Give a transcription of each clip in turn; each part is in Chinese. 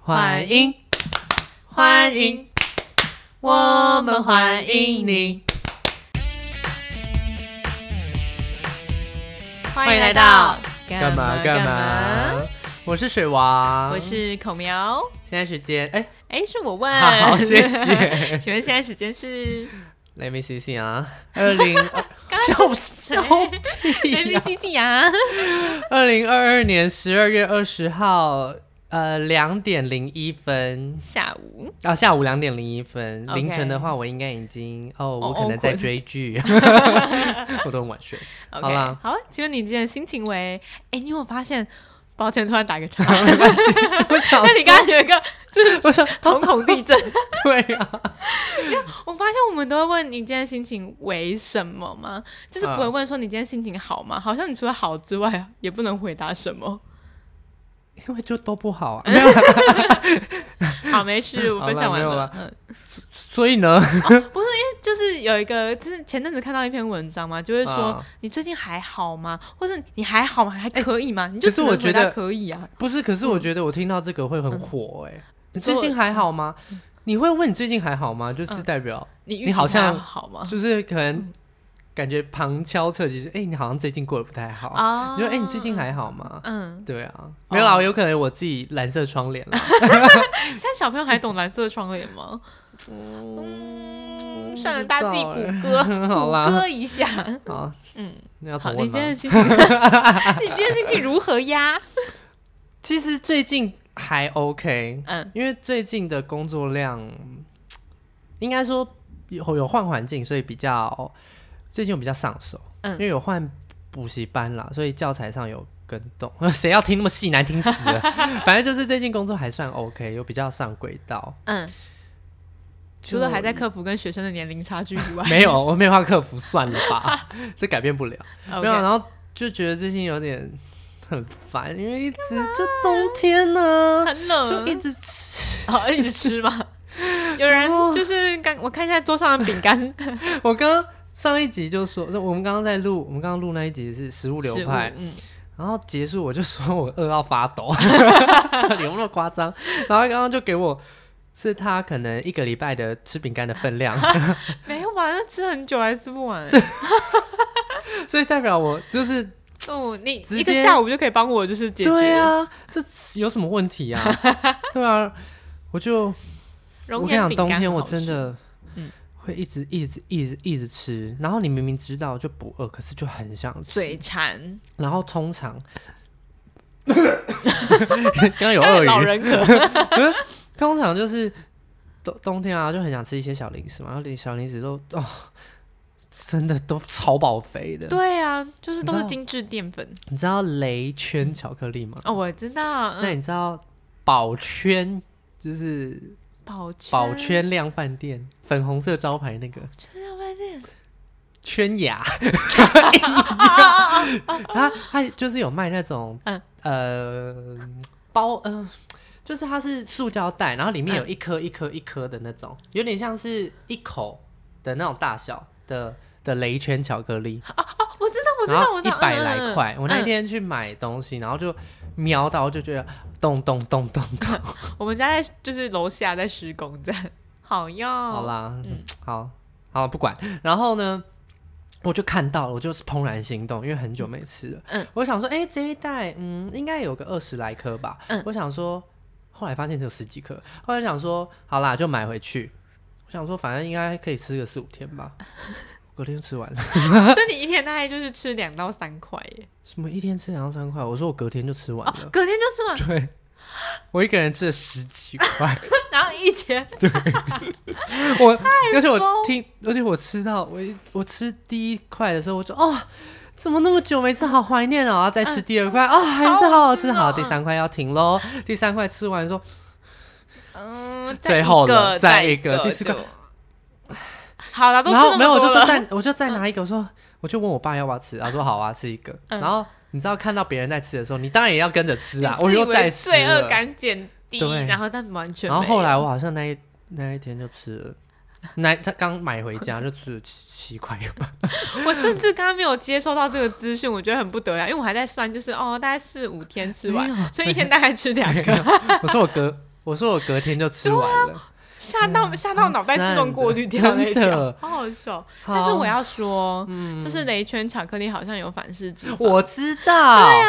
欢迎，欢迎，我们欢迎你！欢迎来到干嘛干嘛？？我是水王，我是口苗，现在时间哎，哎，是我问，好，谢。谢 请问现在时间是，Let me see see 啊， 二零笑笑啊 A B C D 啊？二零二二年十二月二十号，呃，两点零一分。下午啊，下午两点零一分 OK 凌晨的话，我应该已经哦，我哦可能在困追 剧，我都很晚 睡。好，OK，啦好。请问你今天的心情为？哎，你有没有发现？抱歉，突然打个岔。我想那 你说刚刚有一个就是我想瞳孔地震。对啊，我发现我们都会问你今天心情为什么吗？就是嗯不会问说你今天心情好吗？好像你除了好之外，也不能回答 什么。因为就都不好啊，没有啦好，没 事，我分享完好了啦。嗯，所以呢，不是因为就是有一个，就是前阵子看到一篇文章嘛，就会说、嗯你最近还好吗？或是你还好吗？还可以吗？你嗯就可是只能我觉回答得可以啊。不是，可是我觉得我听到这个会很火哎、嗯你最说近还好吗？嗯你会问你最近还好吗？就是代表你你你好像好吗？就是可嗯能感觉旁敲侧击，就是哎、你好像最近过得不太好。啊你说哎、你最近还好吗？嗯，对啊，没有啦，有可能我自己蓝色窗帘啦。 现在小朋友还懂蓝色窗帘吗？嗯，算了，大家自己不知道欸谷 歌好谷啦，歌一下。好，嗯，那要好，重你问今吗天？的心情， 你今天心情如何呀？其实最近还 OK，嗯因为最近的工作量，应该说有有换环境，所以比较最近我比较上手，嗯因为有换补习班啦，所以教材上有跟动。 谁要听那么细，难听死了。反正就是最近工作还算 OK，有比较上轨道。嗯，除了还在克服跟学生的年龄差距以外，没有，我没有要克服，算了吧，这改变不了。 没有， OK 然后就觉得最近有点很烦，因为一直就冬天呢、很冷，就一直吃。哦，一直吃吗？ 有人就是刚我看一下桌上的饼 干，我刚刚上一集就说，我们刚刚在录，我们刚刚录那一集是食物流食物派，嗯，然后结束我就说我饿到发 抖，到底有没有那么夸张？然后刚刚就给我是他可能一个礼拜的吃饼干的分 量，没有吧？那吃很久还吃不完。所以代表我就是哦，你直一个接下午就可以帮我就是解决，对啊，这有什么问题 啊？对啊，我就我熔跟你岩讲，饼冬干天很我好吃真的嗯会一直一直一直一直吃，然后你明明知道就不饿，可是就很想吃，嘴馋，然后通常，刚刚 有鳄老鱼，人咳， 通常就是冬冬天啊，就很想吃一些小零食嘛，然后零小零食都哦，真的都超饱肥的。对啊，就是你都知是道精致淀粉。你知道雷圈巧克力吗？哦，我知道，那嗯，你知道宝圈就是宝圈，宝圈量饭店粉红色招牌那个量饭店，圈 牙，它它就是有卖那种嗯呃包呃，就是它是塑胶袋，然后里面有一颗一颗一颗的那种，有点像是一口的那种大小的的雷圈巧克力，哦，我知道，我知然道，后我一知道，百嗯来块。我那，嗯天去买东西，然后就瞄到就觉得咚咚咚咚咚，嗯我们家在就是楼下在施工这样，好用，好啦，嗯好好不管。然后呢，我就看到了，我就是怦然心动，因为很久没吃了。嗯我想说，哎、这一袋，嗯，应该有个二十来颗吧。嗯我想说，后来发现只有十几颗，后来想说，好啦，就买回去。我想说，反正应该可以吃个四五天吧。隔天就吃完了，所以你一天大概就是吃两到三块耶，什么一天吃两到三块？我说我隔天就吃完哦了，，隔天就 吃完，对我一个人吃了十几块，然后一天我，而且我听，而且我吃到我一我吃第一块的时候，我就哦，怎么那么久没吃，好怀念哦！然后再吃第二块，啊、还是好好吃。嗯好好吃好，第哦三块要停喽。第三块吃完说，嗯，最后了再再一一个第四个就。好了，都吃然后那没有，么我多就说。了 再，我就再拿一个，我说我就问我爸要不要吃，他说好啊，吃一个。然后你知道看到别人在吃的时候，你当然也要跟着吃啊，你我自以又为在吃罪恶了。感减低，对然后但完全没然有。后后来我好像那一那一天就吃了，那他刚买回家就吃了七七块 吧。我甚至刚刚没有接收到这个资讯，我觉得很不得了，因为我还在算，就是哦，大概四五天吃完没有， 所以一天大概吃两没个。有我说我隔我说我隔天就吃完了，吓嗯到吓到脑袋自动过滤掉那一真条的，好好笑。好嗯但是我要说，就是雷圈巧克力好像有反式脂肪，我知道，对啊，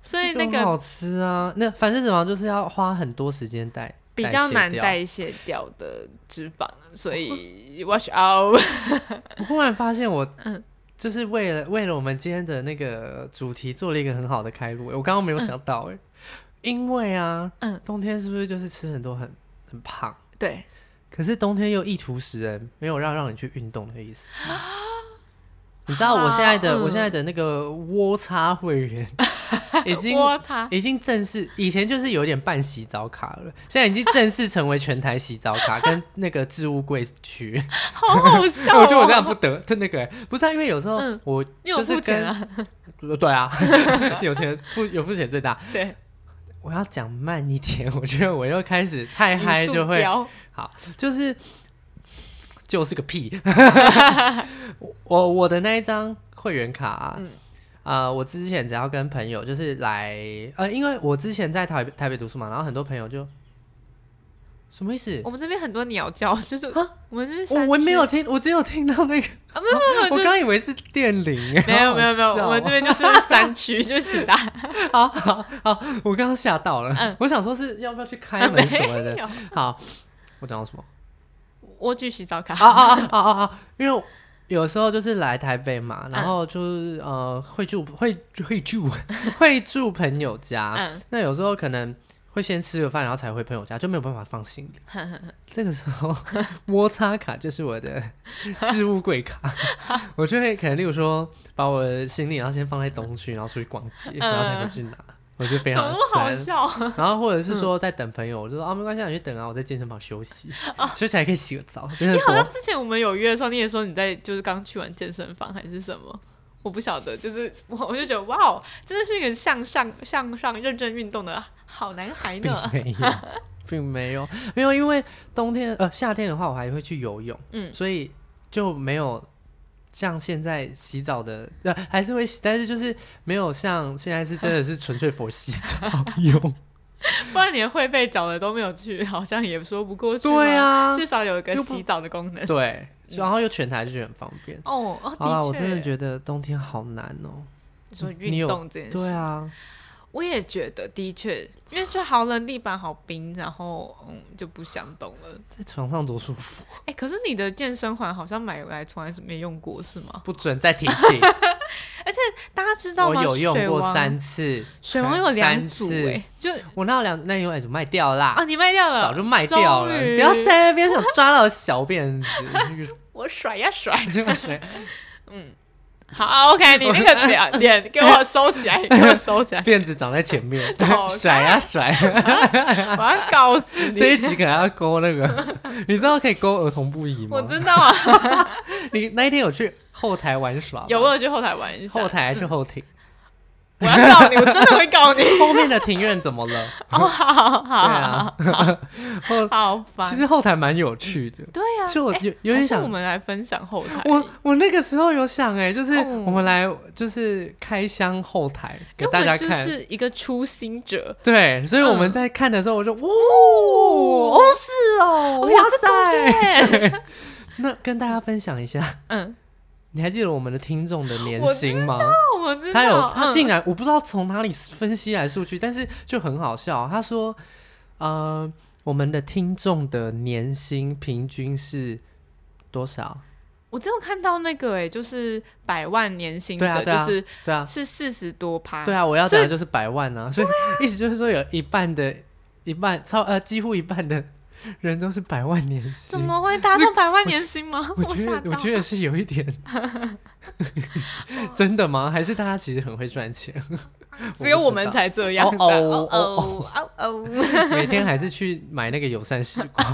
所以就那很个好吃啊。那反正脂肪就是要花很多时间代，比较代难谢掉代谢掉的脂肪，所以 wash out。 我忽然发现我，嗯就是为了为了我们今天的那个主题做了一个很好的开路、欸我刚刚没有想到哎、欸因为啊，嗯冬天是不是就是吃很多很很胖？对，可是冬天又意图使人，没有让让你去运动的意 思。你知道我现在的、好嗯我现在的那个窝叉会 员已经摩擦已经正式，以前就是有点半洗澡卡了，现在已经正式成为全台洗澡卡跟那个置物柜 区。哎好好笑 哦。我觉得我这样不得，就那个欸、不是、啊、因为有时候嗯我你有就是付钱啊？跟，对啊， 有钱付有付钱最大。对，我要讲慢一点，我觉得我又开始太哎嗨语速就会飙就是就是个屁。 我我的那一张会员卡、啊，嗯呃，我之前只要跟朋友就是来，呃，因为我之前在台台北读书嘛，然后很多朋友就什么意思？我们这边很多鸟叫，就是啊我们这边我山我没有区听，我只有听到 那个，啊，没有没有没有我这刚以为是电铃，没有没有没 好好笑哦有，我们这边就是山区，就 请大家好好好，我刚刚吓到了，嗯啊我想说是要不要去开没门什么的。有。好，我讲到什么？我去洗澡卡啊啊啊啊啊啊！因为有时候就是来台北嘛，然后就是、呃会住会会住会住朋友家，嗯那有时候可能会先吃个饭，然后才回朋友家，就没有办法放行李。这个时候摩擦卡就是我的置物柜卡，我就会可能例如说把我的行李，然后先放在东区，然后出去逛街，然后才回去拿。我觉得非怎常么那么好赞笑？然后或者是说在等朋友，我就说啊没关系，啊你去等啊，我在健身房休息，休息还可以洗个澡，真的你好多像之前我们有约的时候，你也说你在就是刚去完健身房还是什么，我不晓得，就是我我就觉得哇哦，真的是一个向上向上认真运动的好男 孩并呢。没有，并没有，没有，因为冬天呃夏天的话，我还会去游泳，嗯所以就没有像现在洗澡的，呃还是会洗，但是就是没有像现在是真的是纯粹佛洗澡 用，不然你的会费缴的都没有去，好像也说不过去。对，啊，至少有一个又不洗澡的功能。对，然后又全台就觉得很方便。哦哦，好啦，嗯的我真的确，觉得冬天好难哦、你说你运有动这件事，对啊，我也觉得的确，因为就好冷，地板好冰，然后嗯就不想动了。在床上多舒服，哎、可是你的健身环好像买回来从来没用过是吗？不准再提 起。大家知道我吗？有用水过王三次，水王有两三组次哎、就我那有两那有两组卖掉啦。啊，你卖掉早了，就卖掉了，终于不要在那边想抓到小辫子。我甩呀甩。这个谁好，OK，你那个脸脸给我收起来，给我 收起来，辫子长在前面 好， 甩呀、甩。啊我要告死这你！一集可能要勾那 个，你知道可以勾儿童不宜吗我？知道啊，你那一天有去后台玩耍吗？有我有去后台玩一下，后台还是后庭？我要告你，我真的会告你。 后面的庭院怎么了？哦，好 好对好，啊， 后好烦其。实后台蛮有趣的，对呀、啊，就我有有还点是想我们来分享后台。我我那个时候有想哎、就是哦我们来就是开箱后台给因为大家我就看，是一个初心者，对，所以我们嗯在看的时候，我就哇、哦，是哦，我哇有塞！这个耶那跟大家分享一下， 嗯，你还记得我们的听众的年我薪吗？那我知道，他有他嗯竟然、我不知道从哪里分析来数据，但是就很好笑。他说，呃，我们的听众的年薪平均是多少？我只有看到那个哎、就是百万年薪对啊的，对啊就是对啊，是四十多趴，对啊，啊，我要所以讲的就是百万啊，所以意思就是说有一半的，一半超呃几乎一半的人都是百万年薪怎。么会达到百万年薪吗？ 我觉吓得，到，我觉得是有一 点，真的吗？还是大家其实很会赚钱， 只有我们才这样子啊，哦哦哦哦哦哦， 每天还是去买那个友善时光。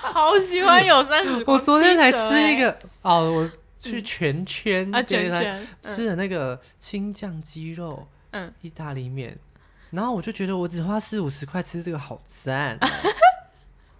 好喜欢有三十，我昨天才吃一七折个哦，我去全圈欸啊便利卷商卷，嗯吃了那个青酱鸡肉，嗯意大哦 利面，然后我就觉得我只花四五十块吃这个好赞。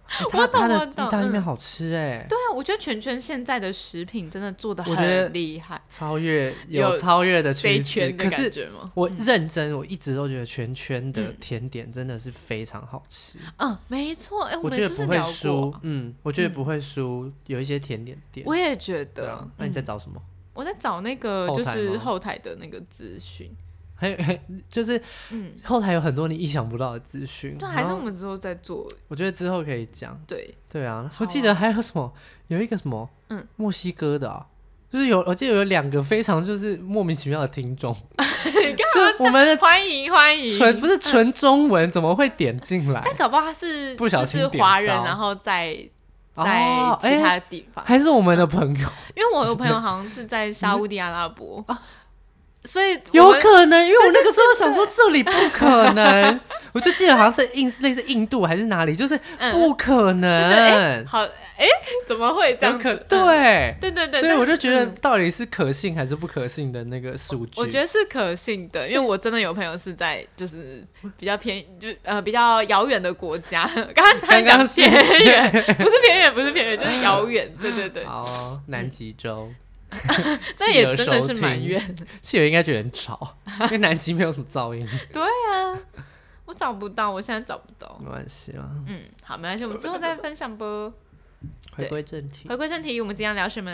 它懂它我的懂意大利面嗯好吃哎、对啊，我觉得全全现在的食品真的做的我觉得很厉害，超越有有超越的趋非势，全的可感是觉吗？我认真，我一直都觉得全圈的嗯甜点真的是非常好吃，嗯，没错，哎，我们觉是得是会聊过输啊？，嗯，我觉得不会输有一些甜点店。我也觉对得嗯啊，，那你在找什么？ 我在找那个后就台是吗后台的那个资讯，还有就是嗯，后台有很多你意想不到的资讯，对，还是然我后们之后再做，我觉得之后可以讲。对，对啊，好我记得还有什么，有一个什么，嗯，墨西哥的啊，就是有我记得有两个非常就是莫名其妙的听 众，就我们的欢迎欢迎，纯不是纯中文怎么会点进来？但搞不好他是不小心就是点华人，到然后在哦在其哎他地方，还是我们的朋友？因为我有朋友好像是在沙乌地阿拉伯所以嗯啊有我们可能，因为我那个时候想说这里不可 能，我就记得好像是印类似印度还是哪里，就是嗯不可就觉得哎能，好哎怎么会这有样可子？嗯对。对对对，所以但我就觉得嗯到底是可信还是不可信的那个数据，我觉得是可信的，因为我真的有朋友是在就是比较偏，就呃比较遥远的国 家。刚刚才刚讲刚偏是远，不是偏远，不是偏远，就是遥远。对对 对，好哦南极 洲，但企也鹅真的收是蛮听远。企鹅应该觉得很吵，因为南极没有什么噪音，对啊，我找不到，我现在找不到没。关系啦。嗯，好，没关系，我们之后再分享 吧。对嗯回归正题回，归正题，我们今天聊什么？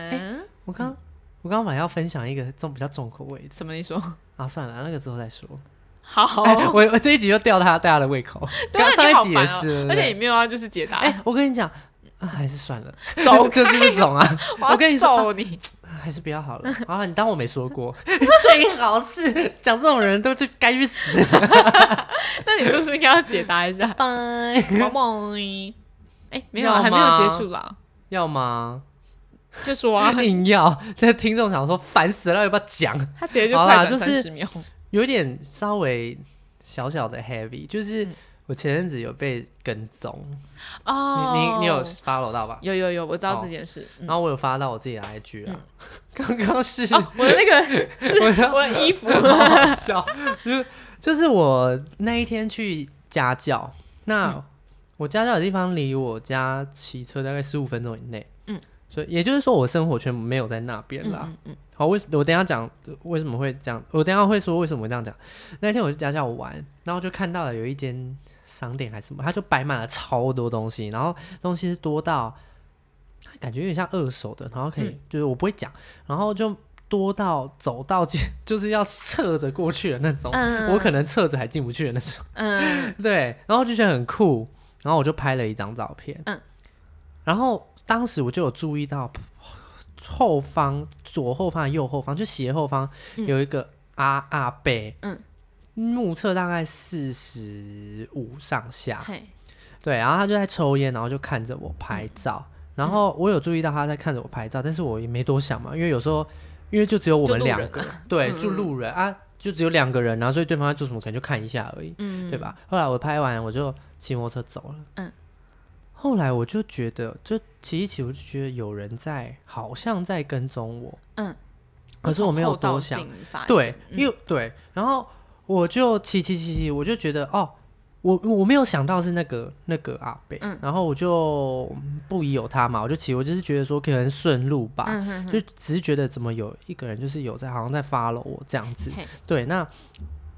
我刚我刚刚本来要分享一个重比较重口味的什么？你说啊，算了，那个之后再说。好，哎我我这一集就吊他大家的胃口，哦 对啊刚上你一好集烦也哦是，对不而且对也没有要就是解答，哎、我跟你讲、啊，还是算了， 走就是这种啊，要我跟你说揍你， 还是不要好了。啊，你当我没说过， 最好是讲这种人都就该去死。？那你是不是应该要解答一下拜，萌萌，哎，没有啊，要还没有吗结束啦，要吗？就 说啊，硬要，这听众想说烦死了，要不要讲？他直接就好快啦转就三是十秒。有点稍微小小的 heavy，就是嗯我前阵子有被跟踪，哦，你你你有 follow 到吧？有有有，我知道哦这件事。嗯然后我有发到我自己的 IG 啊， 刚刚是哦，我的那个 是我的衣服，好好笑，就是就是我那一天去家教，那、嗯我家教的地方离我家骑车大概十五分钟以内，嗯，所以也就是说我生活圈没有在那边啦。嗯嗯好，为我等一下讲为什么会这样，我等一下会说为什么会这样讲。那天我去家教玩，然后就看到了有一间商店还是什么，它就摆满了超多东西，然后东西是多到感觉有点像二手的，然后可以、就是我不会讲，然后就多到走到街 就是要侧着过去的那种，嗯我可能侧着还进不去的那种，嗯，对，然后就觉得很酷，然后我就拍了一张照片，嗯，然后当时我就有注意到后方左后方、右后方，就斜后方有一个阿阿贝，嗯，目测大概四十五上下，嘿，对，然后他就在抽烟，然后就看着我嗯拍照。然后我有注意到他在看着我拍照，但是我也没多想嘛，因为有时候因为就只有我就们路两人嗯个，对，就路人啊，就只有两个人，然后所以对方在做什么可能就看一下而已，嗯，对吧？后来我拍完我就骑摩托车走了，嗯。后来我就觉得，就骑一骑，我就觉得有人在，好像在跟踪我，嗯。可是我没有从后多照想，镜发现，对，嗯因为对，然后我就骑骑骑骑，我就觉得哦，我我没有想到是那个那个阿北，嗯然后我就嗯不疑有他嘛，我就骑，我就是觉得说可能顺路吧，嗯哼哼就只是觉得怎么有一个人就是有在好像在 follow 我这样子嘿，对，那。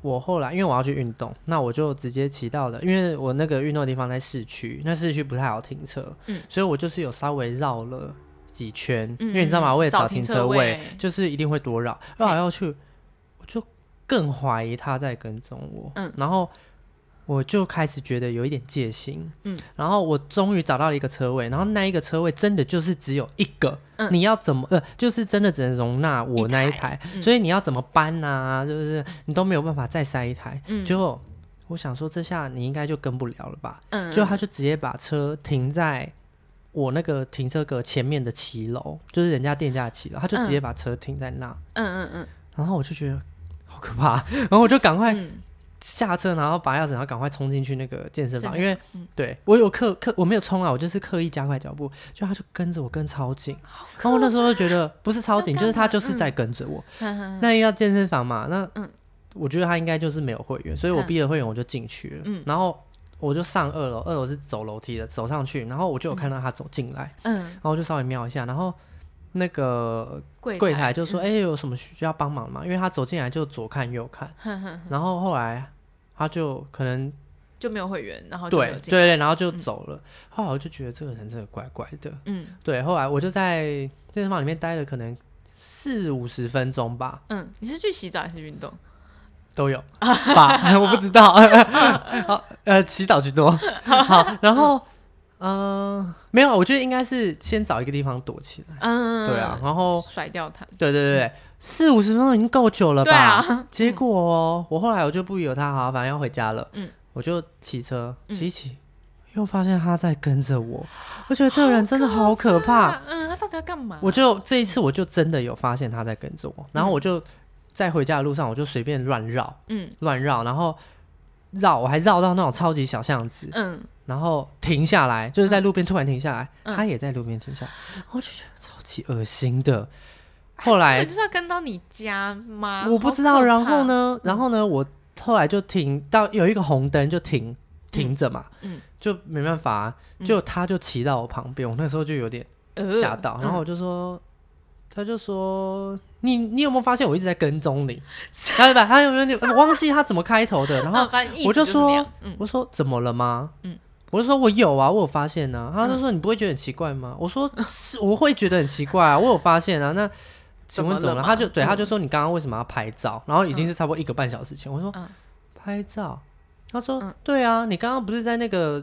我后来因为我要去运动，那我就直接骑到了，因为我那个运动的地方在市区，那市区不太好停车，嗯所以我就是有稍微绕了几圈，嗯因为你知道吗？为了找找停停车车位，位就是一定会多绕，绕来绕去，我就更怀疑他在跟踪我，嗯然后我就开始觉得有一点戒心，嗯，然后我终于找到了一个车位，然后那一个车位真的就是只有一个，嗯你要怎么呃，就是真的只能容纳我那一一台，嗯所以你要怎么搬啊，就是你都没有办法再塞一台，嗯结果我想说这下你应该就跟不了了吧，嗯就他就直接把车停在我那个停车格前面的骑楼，就是人家店家的骑楼，他就直接把车停在那，嗯嗯嗯嗯，然后我就觉得好可怕， 然后我就赶快嗯下车，然后拔钥匙，然后赶快冲进去那个健身健房，身嗯因为、对我有刻刻我没有冲啊，我就是刻意加快脚步，就他就跟着我跟超紧，然后我那时候就觉得不是超紧， 要干嘛就是他就是在跟着我，哼哼那要健身房嘛，那嗯我觉得他应该就是没有会员，所以我嗯逼了会员我就进去了。嗯然后我就上二楼，二楼是走楼梯的，走上去，然后我就有看到他走进来，嗯，然后我就稍微瞄一下，然后那个柜柜台就说：“嗯哎、有什么需要帮忙吗？”因为他走进来就左看右看，哼哼然后后来他就可能就没有会员，然后哦就没对有对进来，对，然后就走了。后来我就觉得这个人真的怪怪的，嗯对。后来我就在健身房里面待了可能四五十分钟吧，嗯，你是去洗澡还 是运动？都 有吧，我不知道。 好，呃，祈祷居 多。好，然后，嗯，没有，我觉得应该是先找一个地方躲起来。嗯，对啊，，然后，甩掉他，对对对对，四五十分钟已经够久了对 吧？啊，结果哦，我后来我就不由他，好，反正要回家了，嗯我就骑车嗯骑一骑，又发现他在跟着 我，我觉得这个人真的好可怕。嗯，他到底要干嘛？啊我就这一次我就真的有发现他在跟着我，然后我就在回家的路上我就随便乱绕，嗯乱绕，然后绕我还绕到那种超级小巷子，嗯，然后停下来，就是在路边突然停下来，嗯他也在路边停下来，我就觉得超级恶心的。后 来根本就是要跟到你家吗？哎我不知啊道。好可怕嗯然后？呢，然后呢，我后来就停到有一个红灯就停停着嘛，嗯就没办法、啊，嗯就他就骑到我旁边，我那时候就有点呃吓到，然后嗯我就说，他就说你你有没有发现我一直在跟踪 你？然后吧，他有没有你我忘记他怎么开头的？然后嗯反正意思我就是就那说样，嗯我说怎么了吗？嗯我就说我有啊，我有发现啊。他就说你不会觉得很奇怪吗？我说 是，我会觉得很奇怪啊，我有发现啊。那请问怎怎么么了了？吗他就对，嗯他就说你刚刚为什么要拍照？然后已经是差不多一个半小时前，我说嗯拍照。他嗯说对啊，你刚刚不是在那个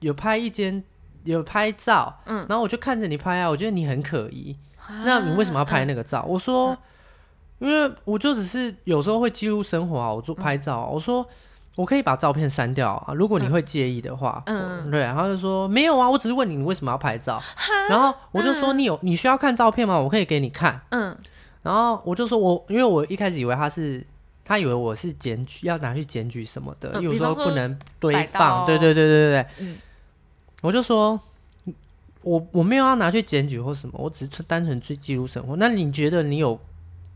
有拍一间有拍照，嗯，然后我就看着你拍啊，我觉得你很可疑。啊那你为什么要拍那个照？我说，因为我就只是有时候会记录生活啊，我做拍照啊、我说我可以把照片删掉啊，如果你会介意的话。嗯嗯，对。然后就说没有啊，我只是问你你为什么要拍照。然后我就说你有你需要看照片吗？我可以给你看。嗯然后我就说我因为我一开始以为他是。他以为我是检举，要拿去检举什么的，嗯有比时方候说不能堆摆放，到对对对对对对，嗯我就说，我我没有要拿去检举或什么，我只是单纯去记录生活。那你觉得你有？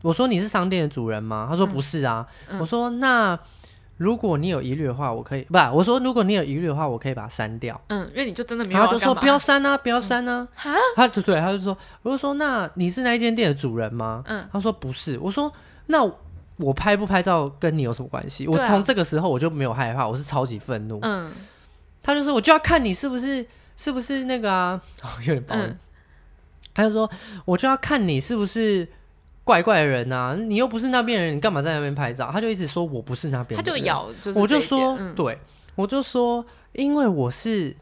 我说你是商店的主人吗？他说不是啊。嗯我说那如果你有疑虑的话，我可以不？我说如果你有疑虑的话，我可以把它删掉。嗯，因为你就真的没有然要后就干说嘛嗯不要删啊，不要删啊。哈 他就对，他就说，我就说那你是那一间店的主人吗？嗯他说不是。我说那我拍不拍照跟你有什么关系？我对啊从这个时候我就没有害怕，我是超级愤怒。嗯他就说我就要看你是不是是不是那个啊， 哦、有点抱怨。嗯他就说我就要看你是不是怪怪的人啊，你又不是那边人，你干嘛在那边拍照？他就一直说我不是那边他的就人，咬，就是我就这一点说、嗯对，我就说因为我是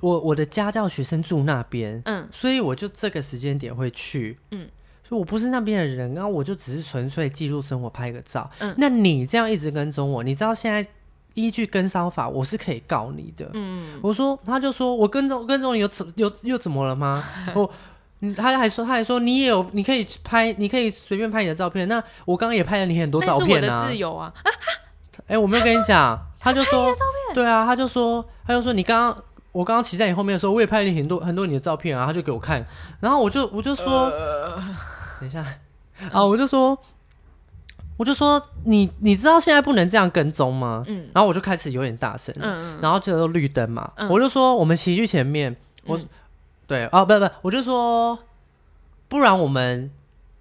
我我的家教学生住那边，嗯所以我就这个时间点会去，嗯嗯。所以我不是那边的人，然后我就只是纯粹记录生活，拍个照。嗯那你这样一直跟踪我，你知道现在依据跟梢法，我是可以告你的。嗯我说，他就说我跟踪跟踪你有怎有又怎么了 吗？我。嗯他还说，他还说你也有，你可以拍，你可以随便拍你的照片。那我刚刚也拍了你很多那照是我片的啊自。由啊，哎、我没有跟你讲，他就说，对啊，他就说，他就说你刚刚我刚刚骑在你后面的时候，我也拍了你很多很多你的照片啊，他就给我看，然后我就我就说，呃等一下啊，我就说，我就说你你知道现在不能这样跟踪吗？嗯然后我就开始有点大声了，嗯嗯然后这都绿灯嘛，嗯我就说我们骑去前面，我、嗯对啊，不不，我就说，不然我们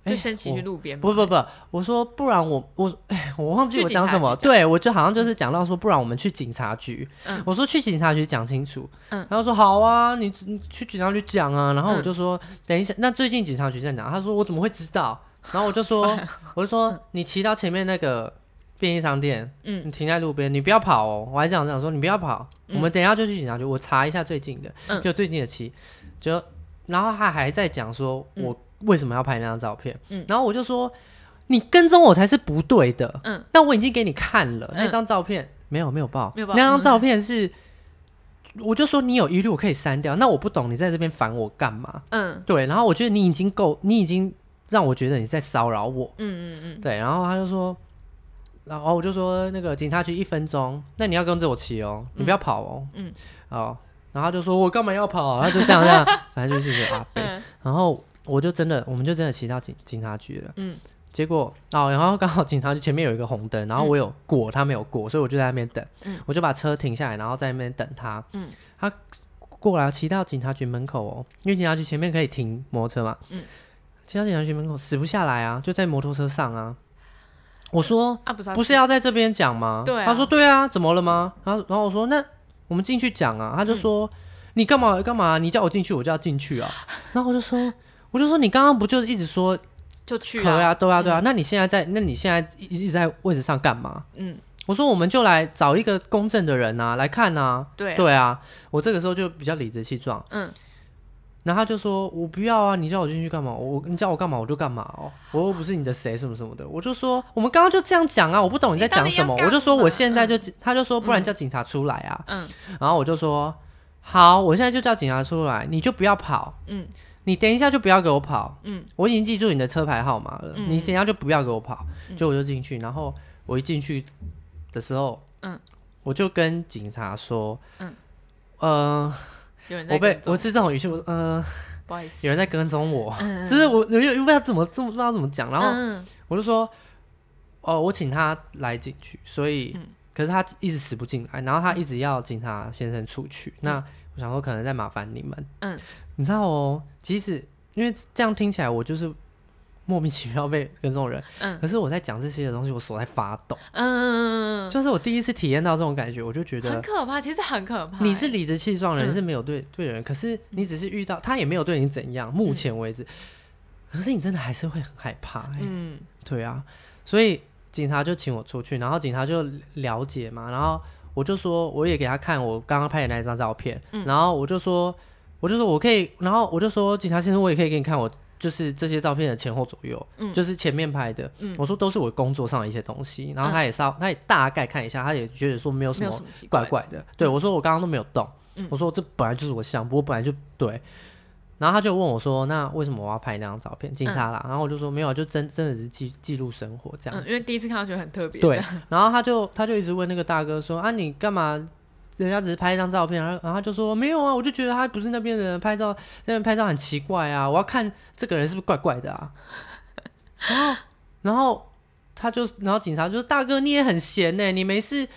就哎先骑我去路边嘛，不不不，我说不然我我哎，我忘记去我警讲察什局么，讲对我就好像就是讲到说，不然我们去警察局。嗯我说去警察局讲清楚，嗯然后说好啊，你你去警察局讲啊。然后我嗯就说、等一下，那最近警察局在哪？他说我怎么会知道？然后我就 说啊我就说你骑到前面那个便利商店，嗯你停在路边，你不要跑哦。我还这样这样说，你不要跑，我们等一下就去警察局，我查一下最近的，嗯就最近的骑，就然后他还在讲说嗯我为什么要拍那张照片，嗯然后我就说你跟踪我才是不对的，嗯，那我已经给你看了嗯那张照片，没有没有报，没有报嗯那张照片是。我就说你有疑虑，我可以删掉。那我不懂你在这边烦我干嘛？嗯对，然后我觉得你已经够，你已经让我觉得你在骚扰我。嗯嗯对，然后他就说，然后我就说那个警察局一分钟，那你要跟着我骑哦，你不要跑哦，嗯嗯，哦，然后他就说我干嘛要跑、啊，他就这样这 样，反正就是一个阿伯，嗯然后我就真的，我们就真的骑到警警察局了，嗯嗯，结果哦，然后刚好警察就前面有一个红灯，然嗯后我有过，他没有过，所以我就在那边等，我就把车停下来，然后在那边等他。嗯，他过来骑到警察局门口哦，因为警察局前面可以停摩托车嘛。嗯，骑到警察局门口死不下来啊，就在摩托车上啊。我说啊，不是啊，不是要在这边讲吗？对啊他说对啊，怎么了吗？然后然后我说那我们进去讲啊，他就说、嗯你干嘛干嘛？你叫我进去，我就要进去啊。然后我就说我就说你刚刚不就一直说就去可以啊，啊，对啊对啊，那你现在在那你现在一直在位置上干嘛？嗯，我说我们就来找一个公正的人啊来看啊，对啊对啊，我这个时候就比较理直气壮，嗯。然后他就说：“我不要啊，你叫我进去干嘛？我你叫我干嘛我就干嘛哦，我又不是你的谁什么什么的。”我就说：“我们刚刚就这样讲啊，我不懂你在讲什么。”你到底要干嘛我就说：“我现在就……他就说：“不然叫警察出来啊。”嗯，然后我就说：“好，我现在就叫警察出来，你就不要跑。嗯，你等一下就不要给我跑。嗯，我已经记住你的车牌号码了，嗯你等一下就不要给我跑。就我就进去，然后我一进去的时候，嗯，我就跟警察说，嗯，呃，有人在我被跟踪我是这种语气，我说，呃，不好意思，有人在跟踪我，就是我，我又不知道怎么这么不知道怎么讲，然后嗯我就说，哦，我请他来进去，所以，嗯可是他一直死不进来，然后他一直要警察先生出去，那我想说可能在麻烦你们，嗯，你知道哦，即使因为这样听起来我就是莫名其妙被跟踪的人，嗯可是我在讲这些的东西，我手在发抖，嗯嗯嗯嗯就是我第一次体验到这种感觉，我就觉嗯，很得。可怕，其实很可怕欸。你是理直气壮的人，嗯是没有对对人，可是你只是遇到他也没有对你怎样，嗯目前为止，可是你真的还是会很害怕、欸，嗯对啊，所以警察就请我出去，然后警察就了解嘛，然后我就说我也给他看我刚刚拍的那一张照片，嗯然后我就说我就说我可以，然后我就说警察先生，我也可以给你看我就是这些照片的前后左右，嗯就是前面拍的，嗯我说都是我工作上的一些东西，然后他也稍、他也大概看一下，他也觉得说没有什没么有什么奇怪怪的怪的，对我说我刚刚都没有动，嗯我说这本来就是我项目，我本来就对。然后他就问我说：“那为什么我要拍那张照片？警察嗯啦。然后我就说：“没有啊，就真真的是记记录生活这样。嗯，因为第一次看到觉得很特别。对，然后他就他就一直问那个大哥说：“啊，你干嘛？人家只是拍一张照片。”然后然后他就说：“没有啊，我就觉得他不是那边的人，拍照那边拍照很奇怪啊，我要看这个人是不是怪怪的 啊。”然后然后他就然后警察就说：“大哥，你也很闲呢、你没事啊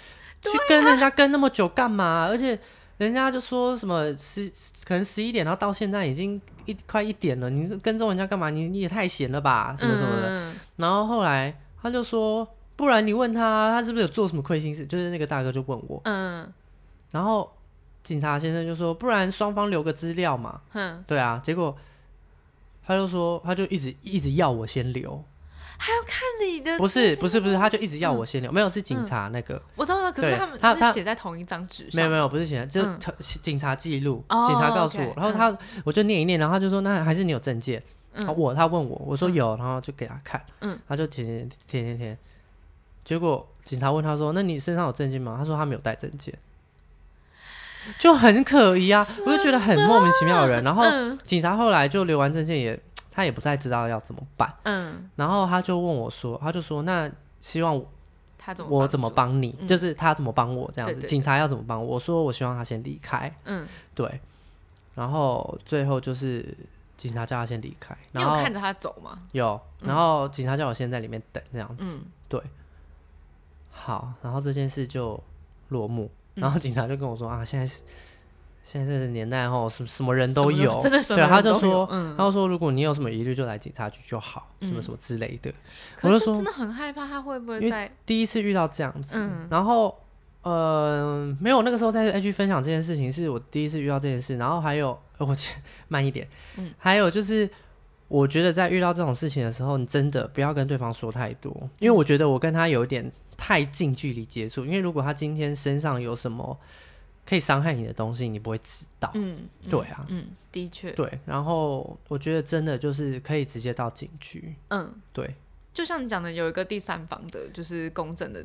去跟人家跟那么久干嘛？而且人家就说什么十可能十一点，然后到现在已经一快一点了，你跟踪人家干嘛？你你也太闲了吧，什么什么的。嗯，然后后来他就说，不然你问他，他是不是有做什么亏心事？就是那个大哥就问我，嗯然后警察先生就说，不然双方留个资料嘛。嗯嗯，对啊，结果他就说，他就一直一直要我先留，还要看你的，不是不是不是，他就一直要我先留，没有是警察那个，我知道了，可是对他们他他是写在同一张纸没有上，没有不是警察，就嗯特警察记录，哦警察告诉我 OK，，然后他我就念一念，然后他就说，那还是你有证件。嗯啊我他问我，我说有，然后就给他看，嗯他就填填填填填，结果警察问他说：“那你身上有证件吗？”他说他没有带证件，就很可疑啊，我就觉得很莫名其妙的人。然后嗯警察后来就留完证件也，他也不太知道要怎么办，嗯，然后他就问我说，他就说那希望他怎么我怎么助？帮你，嗯就是他怎么帮我这样子，对对对警察要怎么帮我？我说我希望他先离开，嗯，对，然后最后就是警察叫他先离开，你然有后看着他走吗？有，然后警察叫我先在里面等这样子。嗯，好，然后这件事就落幕，嗯然后警察就跟我说、啊，现在是现在这个年代吼，什么什么人都什么有，真的什么对，啊人他就都有说，嗯他就说如果你有什么疑虑就来警察局就好，什么嗯什么之类的。可我就是说真的很害怕他会不因为会在第一次遇到这样子，嗯然后呃，没有，那个时候在 H 分享这件事情是我第一次遇到这件事，然后还有 呃我切慢一点，嗯还有就是。我觉得在遇到这种事情的时候，你真的不要跟对方说太多，因为我觉得我跟他有点太近距离接触。因为如果他今天身上有什么可以伤害你的东西，你不会知道。嗯，嗯对啊嗯，的确，对，然后我觉得真的就是可以直接到警局。嗯，对，就像你讲的，有一个第三方的，就是公正的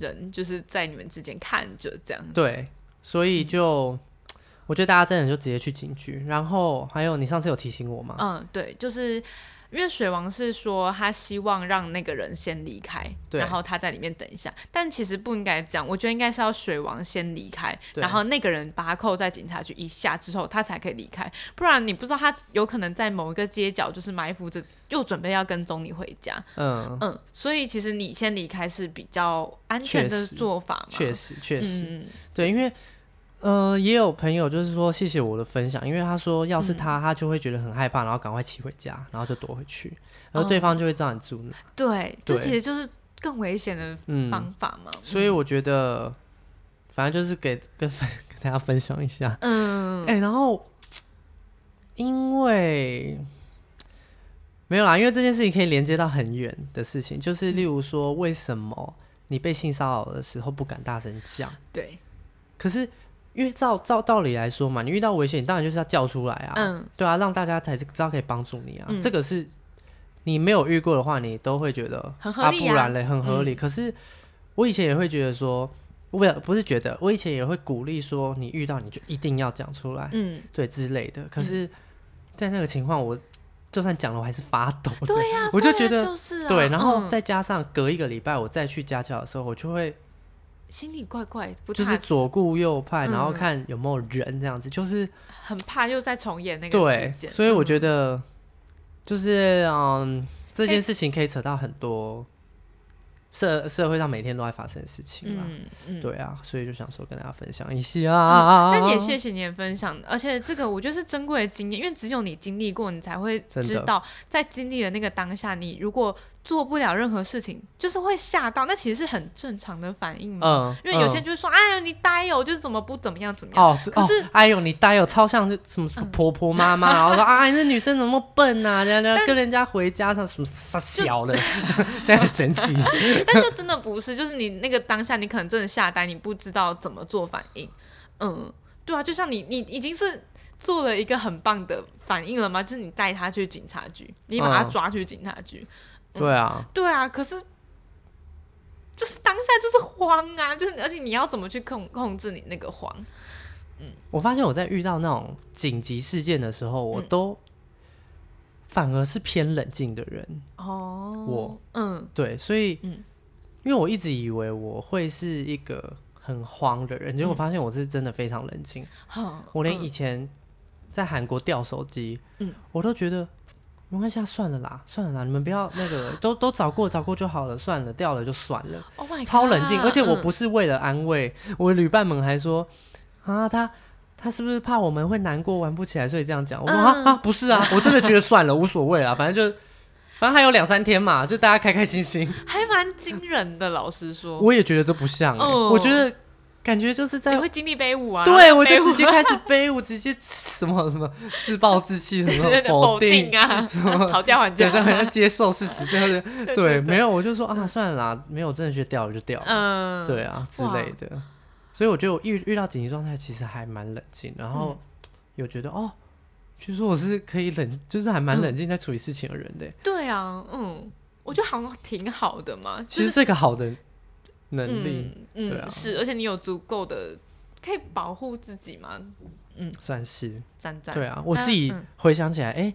人，就是在你们之间看着这样子。嗯对，所以就、哦我觉得大家真的就直接去警局。然后还有，你上次有提醒我吗？嗯，对，就是因为水王是说他希望让那个人先离开，对然后他在里面等一下，但其实不应该这样，我觉得应该是要水王先离开，对然后那个人把他扣在警察局一下之后，他才可以离开，不然你不知道他有可能在某一个街角就是埋伏着，又准备要跟踪你回家，嗯，嗯，所以其实你先离开是比较安确全的实做法嘛，确实确实，嗯，对，因为呃，也有朋友就是说谢谢我的分享，因为他说要是他，他就会觉得很害怕，然后赶快骑回家，然后就躲回去，然后对方就会知道你住哪。对，这对其实就是更危险的嗯，方法嘛，所以我觉得，反正就是给跟 分跟大家分享一下。嗯，哎、然后因为没有啦，因为这件事情可以连接到很远的事情，就是嗯例如说，为什么你被性骚扰的时候不敢大声讲？对，可是因为照照道理来说嘛，你遇到危险，你当然就是要叫出来啊，嗯，对啊，让大家才知道可以帮助你啊。嗯这个是你没有遇过的话，你都会觉得很合理啊不然嘞，很合理。可是我以前也会觉得说，我也不是觉得，我以前也会鼓励说，你遇到你就一定要讲出来，嗯，对之类的。可是，在那个情况，我就算讲了，我还是发抖的。对呀、 我就觉对啊得就是、啊、对然后嗯再加上隔一个礼拜我再去家教的时候，我就会心里怪怪，不就是踏实左顾右盼，然后嗯看有没有人这样子，就是很怕又在重演那个事对，件，所以我嗯觉得就是嗯，这可以件事情可以扯到很多社社会上每天都在发生的事情啦。嗯嗯，对啊，所以就想说跟大家分享一下。嗯但也谢谢你的分享，而且这个我觉得是珍贵的经验，因为只有你经历过，你才会真的知道，在经历的那个当下，你如果做不了任何事情，就是会吓到，那其实是很正常的反应嗯，嘛。因为有些人嗯就会说：“哎呀，你呆哦，就是怎么不怎么样怎么样。哦，这可是嗯哦、哎呦，你呆哦，超像是什么婆婆妈妈，然后说啊，你这女生怎么笨啊，人家跟人家回家上什么傻小的， 这样神 奇。但就真的不是，就是你那个当下，你可能真的吓呆，你不知道怎么做反应。嗯，对啊，就像你，你已经是做了一个很棒的反应了吗？就是你带他去警察局，你把嗯他抓去警察局，对啊，对啊，可是就是当下就是慌啊，就是而且你要怎么去控控制你那个慌？我发现我在遇到那种紧急事件的时候，我嗯都反而是偏冷静的人。哦我嗯对，所以，嗯因为我一直以为我会是一个很慌的人，结果发现我是真的非常冷静。好，我连嗯以前在韩国掉手机，嗯我都觉得没关系，啊，算了啦，算了啦，你们不要那个，都都找过，找过就好了，算了，掉了就算了， Oh my God，超冷静。而且我嗯不是为了安慰，我的旅伴们还说啊，他。他是不是怕我们会难过玩不起来，所以这样讲？我说、嗯啊啊，不是啊，我真的觉得算了，无所谓啦，反正就反正还有两三天嘛，就大家开开心心。还蛮惊人的，老实说， 我也觉得这不像、欸，哦我觉得感觉就是在你会经历杯舞啊？对，我杯就舞直接开始背，我直接什么什么自暴自弃，什么 对对否否定，定啊， 讨 价还价假，装好像接受事实，这样子。 对对，对没有，我就说啊，算了啦，没有，真的去掉了就掉了，嗯，对啊之类的。所以我觉得我遇遇到紧急状态，其实还蛮冷静，然嗯后有觉得哦，其实我是可以冷，就是还嗯蛮冷静在处理事情的人的欸。对啊，嗯，我觉得好像挺好的嘛，其就实是这个好的能力嗯对啊嗯是，而且你有足够的可以保护自己嘛，算是。赞赞，对啊，我嗯那自己嗯回想起来，哎、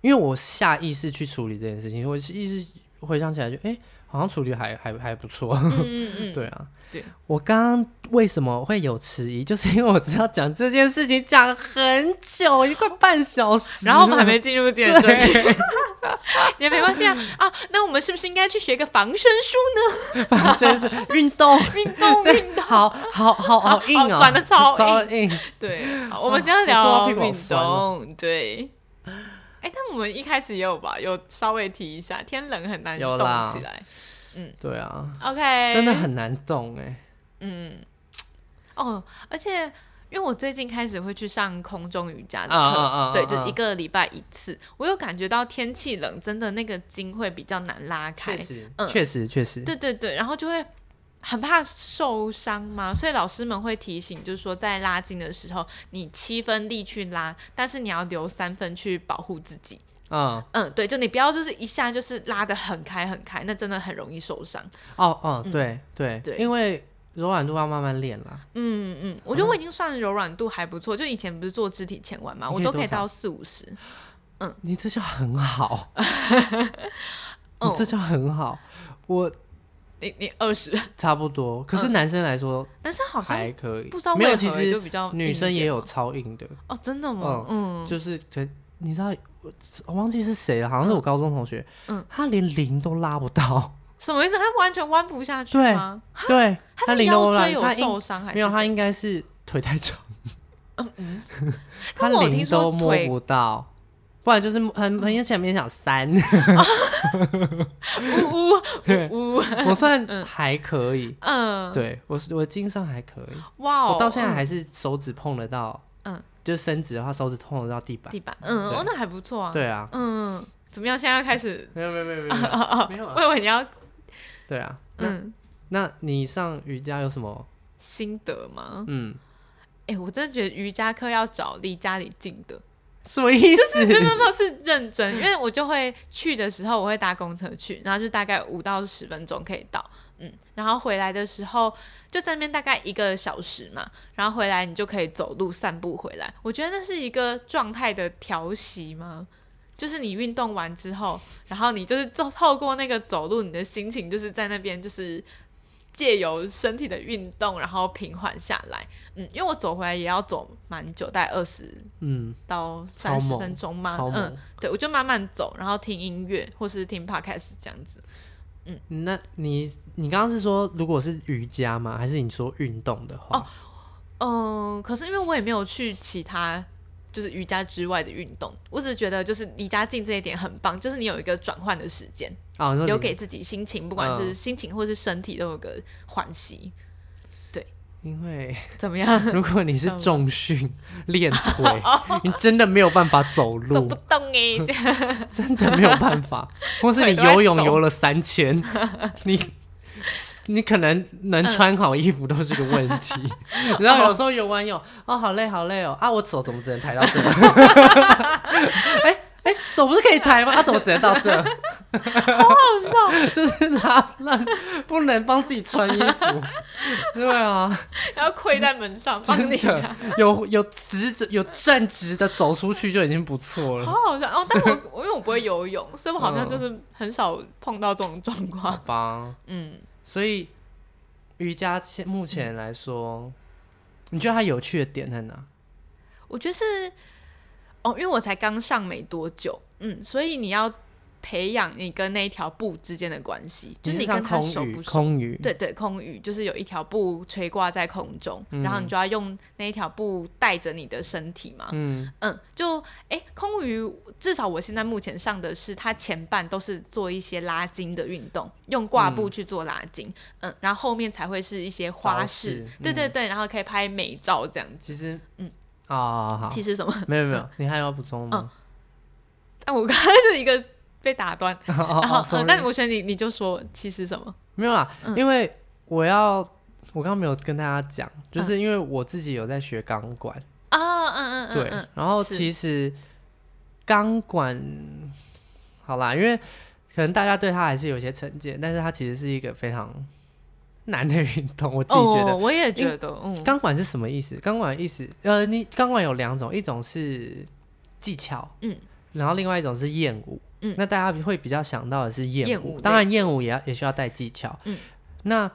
因为我下意识去处理这件事情，我意识回想起来就，哎、好像处理还还还不错。嗯嗯嗯， 对啊，对，我刚刚为什么会有迟疑，就是因为我知道讲这件事情讲很久，一快半小时了，然后我们还没进入健 身，对也没关系啊啊！那我们是不是应该去学个防身术 反正是运动，呢？ 运动这运动，好好好好硬哦，好转得超硬硬，对，好我们今我天坐啊到聊屁股好运酸哦动，对。哎，但我们一开始也有吧，有稍微提一下，天冷很难有动啦起来。对啊， OK，真的很难动哎、嗯哦，而且因为我最近开始会去上空中瑜伽的课，啊啊啊啊对，啊就一个礼拜一次，我有感觉到天气冷，真的那个筋会比较难拉开确，实，嗯确实，确实，对对对，然后就会很怕受伤嘛，所以老师们会提醒，就是说在拉筋的时候，你七分力去拉，但是你要留三分去保护自己。嗯，嗯，对，就你不要就是一下就是拉得很开很开，那真的很容易受伤。哦哦，对对嗯对因为柔软度要慢慢练啦。嗯嗯，我觉得我已经算柔软度还不错，就以前不是做肢体前弯嘛，你我可以都可以多少到四五十。嗯，你这叫很好， 你嗯这，叫很好，我你你二十，差不多。可是男生来说男生好像还可以，不知道没有，为其何就实比较硬一女生也点有嘛超硬的，哦，真的吗？嗯，就是可你知道，我我忘记是谁了，好像是我高中同学，嗯，他连零都拉不到，什么意思？他完全弯不下去对吗？对，他是零都腰拉椎，有他应受伤还是没有，怎他样嗯应该是腿太长，他 但我有零听说都摸腿嗯不到，不然就是很很勉强勉强 三，呜呜呜 呜，我算还可以，嗯，对我是我经上还可以，哇哦，我到现在嗯还是手指碰得到，嗯，就是伸直的话，手指碰得到地板地，板，嗯，对哦，那还不错啊，，对啊，嗯，怎么样？现在要开 始，没有没有没有没 有没有啊我，以为 你要，对啊，嗯，那你上瑜伽有什么？心得吗？嗯，哎，我真的觉得瑜伽课要找离家里近的，什么意就是没有思？没有没有是认真，因为我就会去的时候，我会搭公车去，然后就大概五到十分钟可以到，嗯，然后回来的时候就在那边大概一个小时嘛，然后回来你就可以走路散步回来。我觉得那是一个状态的调息吗？就是你运动完之后，然后你就是透透过那个走路，你的心情就是在那边就是。借由身体的运动，然后平缓下来。嗯，因为我走回来也要走蛮久，大概二十嗯，到超三十猛分钟嘛超，嗯猛，。对，我就慢慢走，然后听音乐或是听 podcast 这样子。那你你刚刚是说，如果是瑜伽吗？还是你说运动的哦话？嗯，可是因为我也没有去其他就是瑜伽之外的运动，我只是觉得就是离家近这一点很棒，就是你有一个转换的时间，啊，你说你留给自己心情，不管是嗯心情或是身体都有个缓息，因为 怎么样？如果你是重训练 腿，你真的没有办法走走不路，动哎、这样真的没有办 法。或是你游泳游了三千，你你可能能穿好衣服都是个问 题。然后有时候游完泳，哦，好累好累哦，啊，我手怎么只能抬到 这？哎哎，手不是可以抬吗？啊，怎么只能到这？ 就是拉让不能帮自己穿衣 服，对啊，然后跪在门 上帮真你看的有有直着有站直的走出去就已经不错了，好好好笑哦！但我我因为 我不会游泳，所以我好像嗯就是很少碰到这种状况。吧？嗯，所以瑜伽现目前来说，你觉得它有趣的点在哪？我觉得是哦，因为我才刚上没多久，嗯，所以你要培养你跟那一条布之间的关系，就是你你上跟它熟空不余，熟。空余，对对，空余就是有一条布垂挂在空中，嗯然后你就要用那一条布带着你的身体嘛。嗯嗯，就诶，空余至少我现在目前上的是它前半都是做一些拉筋的运动，用挂布去做拉筋，嗯然后后面才会是一些花招式式，嗯对对对，然后可以拍美照这样子。其实嗯嗯啊，好其实什嗯么？没有没有，你还有要补充吗？但我刚 才就一个被打断， 哦然后、哦嗯 sorry 但我觉得你你就说其实什么，没有啦，嗯因为我要我刚刚没有跟大家讲，嗯就是因为我自己有在学钢管，啊，嗯嗯嗯，对，嗯然后是其实钢管好啦，因为可能大家对它还是有一些成见，但是它其实是一个非常难的运动，我自己觉哦，得。我也觉得，嗯，钢管是什么意思？钢管的意思，呃，你钢管有两种，一种是技巧，嗯，然后另外一种是艳舞，嗯那大家会比较想到的是艳艳舞，舞当然艳舞也要也需要带技巧，嗯，那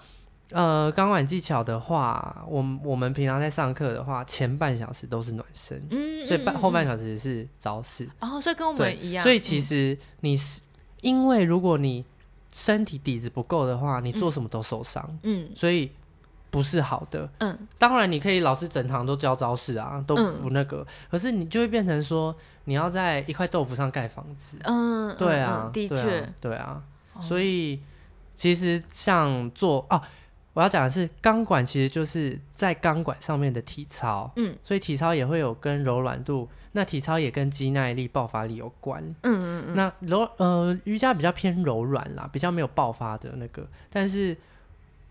呃钢管技巧的话，我们我们平常在上课的话，前半小时都是暖身，嗯，所以半后半场，小时是招式，然后、哦、所以跟我对们一样，嗯所以其实你是因为如果你身体底子不够的话，你做什么都受伤，嗯所以不是好的。嗯当然，你可以老师整堂都教招式啊，都嗯不那个，可是你就会变成说，你要在一块豆腐上盖房子。嗯，嗯对啊，嗯的对啊确，，哦对啊。所以其实像做啊，我要讲的是钢管，其实就是在钢管上面的体操。嗯，所以体操也会有跟柔软度，那体操也跟肌耐力、爆发力有关。嗯嗯嗯，那柔呃瑜伽比较偏柔软啦，比较没有爆发的那个，但是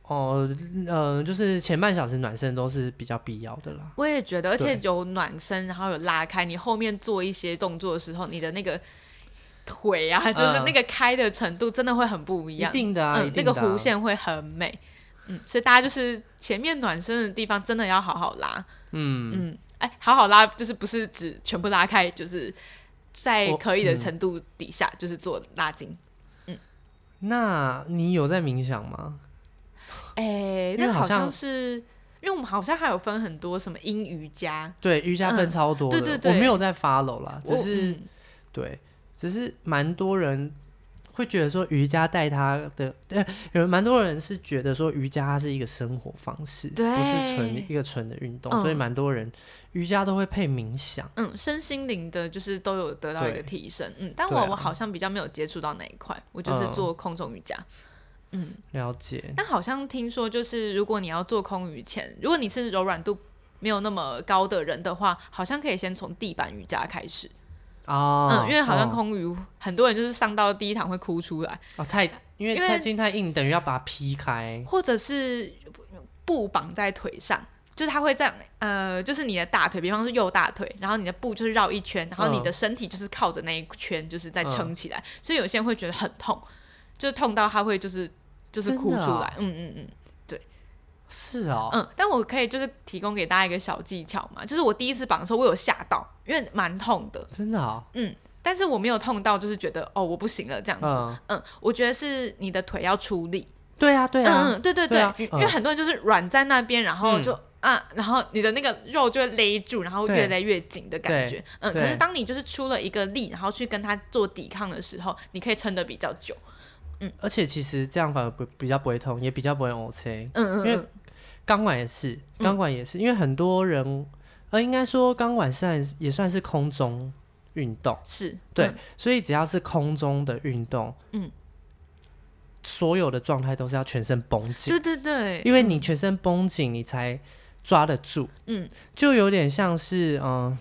哦呃就是前半小时暖身都是比较必要的啦。我也觉得，而且对有暖身，然后有拉开，你后面做一些动作的时候，你的那个腿啊，就是嗯那个开的程度，真的会很不一一样。定的啊，一嗯，那定的个啊弧线会很美。嗯，所以大家就是前面暖身的地方真的要好好拉。嗯嗯，哎，好好拉就是不是指全部拉开，就是在我可以的嗯程度底下，就是做拉筋。那你有在冥想吗？哎、因为那好好像像是因为我们好像还有分很多什么阴瑜伽，对，瑜伽分嗯超多的，对对对我没有在 follow 啦，我只是、嗯对，只是蛮多人会觉得说瑜伽带他的，呃，有蛮多人是觉得说瑜伽它是一个生活方式，不是纯对一个纯的运动，嗯所以蛮多人瑜伽都会配冥想。嗯，身心灵的，就是都有得到一对个提升。嗯，但我、对啊我好像比较没有接触到那一块，我就是嗯做空中瑜伽。嗯，了解，但好像听说，就是如果你要做空余前，如果你是柔软度没有那么高的人的话，好像可以先从地板瑜伽开始。哦，嗯，因为好哦像空余、很多人就是上到第一堂会哭出来，哦太，因为因为太筋太硬，等于要把它劈开。或者是布绑在腿上。就是他会这样，呃，就是你的大腿，比方是右大腿，然后你的布就是绕一圈，然后你的身体就是靠着那一圈，就是在撑起来，所以有些人会觉得很痛，就是痛到他会就是就是哭真的出啊来，嗯嗯嗯。是哦，嗯，但我可以就是提供给大家一个小技巧嘛，就是我第一次绑的时候，我有吓到，因为蛮痛的，真的哦，但是我没有痛到，就是觉得哦我不行了这样子。嗯，嗯，我觉得是你的腿要出力。对啊，对啊，嗯嗯，对对对啊因为因为很多人就是软在那边，然后嗯就、啊，然后你的那个肉就会勒住，然后对越勒越紧的感觉。嗯，对可是当你就是出了一个力，然后去跟它做抵抗的时候，你可以撑得比较久。嗯而且其实这样反而不比较不会痛，也比较不会 O C。嗯嗯因为嗯，钢管也是，钢管也是，因为很多人，呃，应该说钢管算也算是空中运动，是对，嗯所以只要是空中的运动，嗯，所有的状态都是要全身绷紧，对对对，因为你全身绷紧，你才抓得住，嗯，就有点像是，嗯、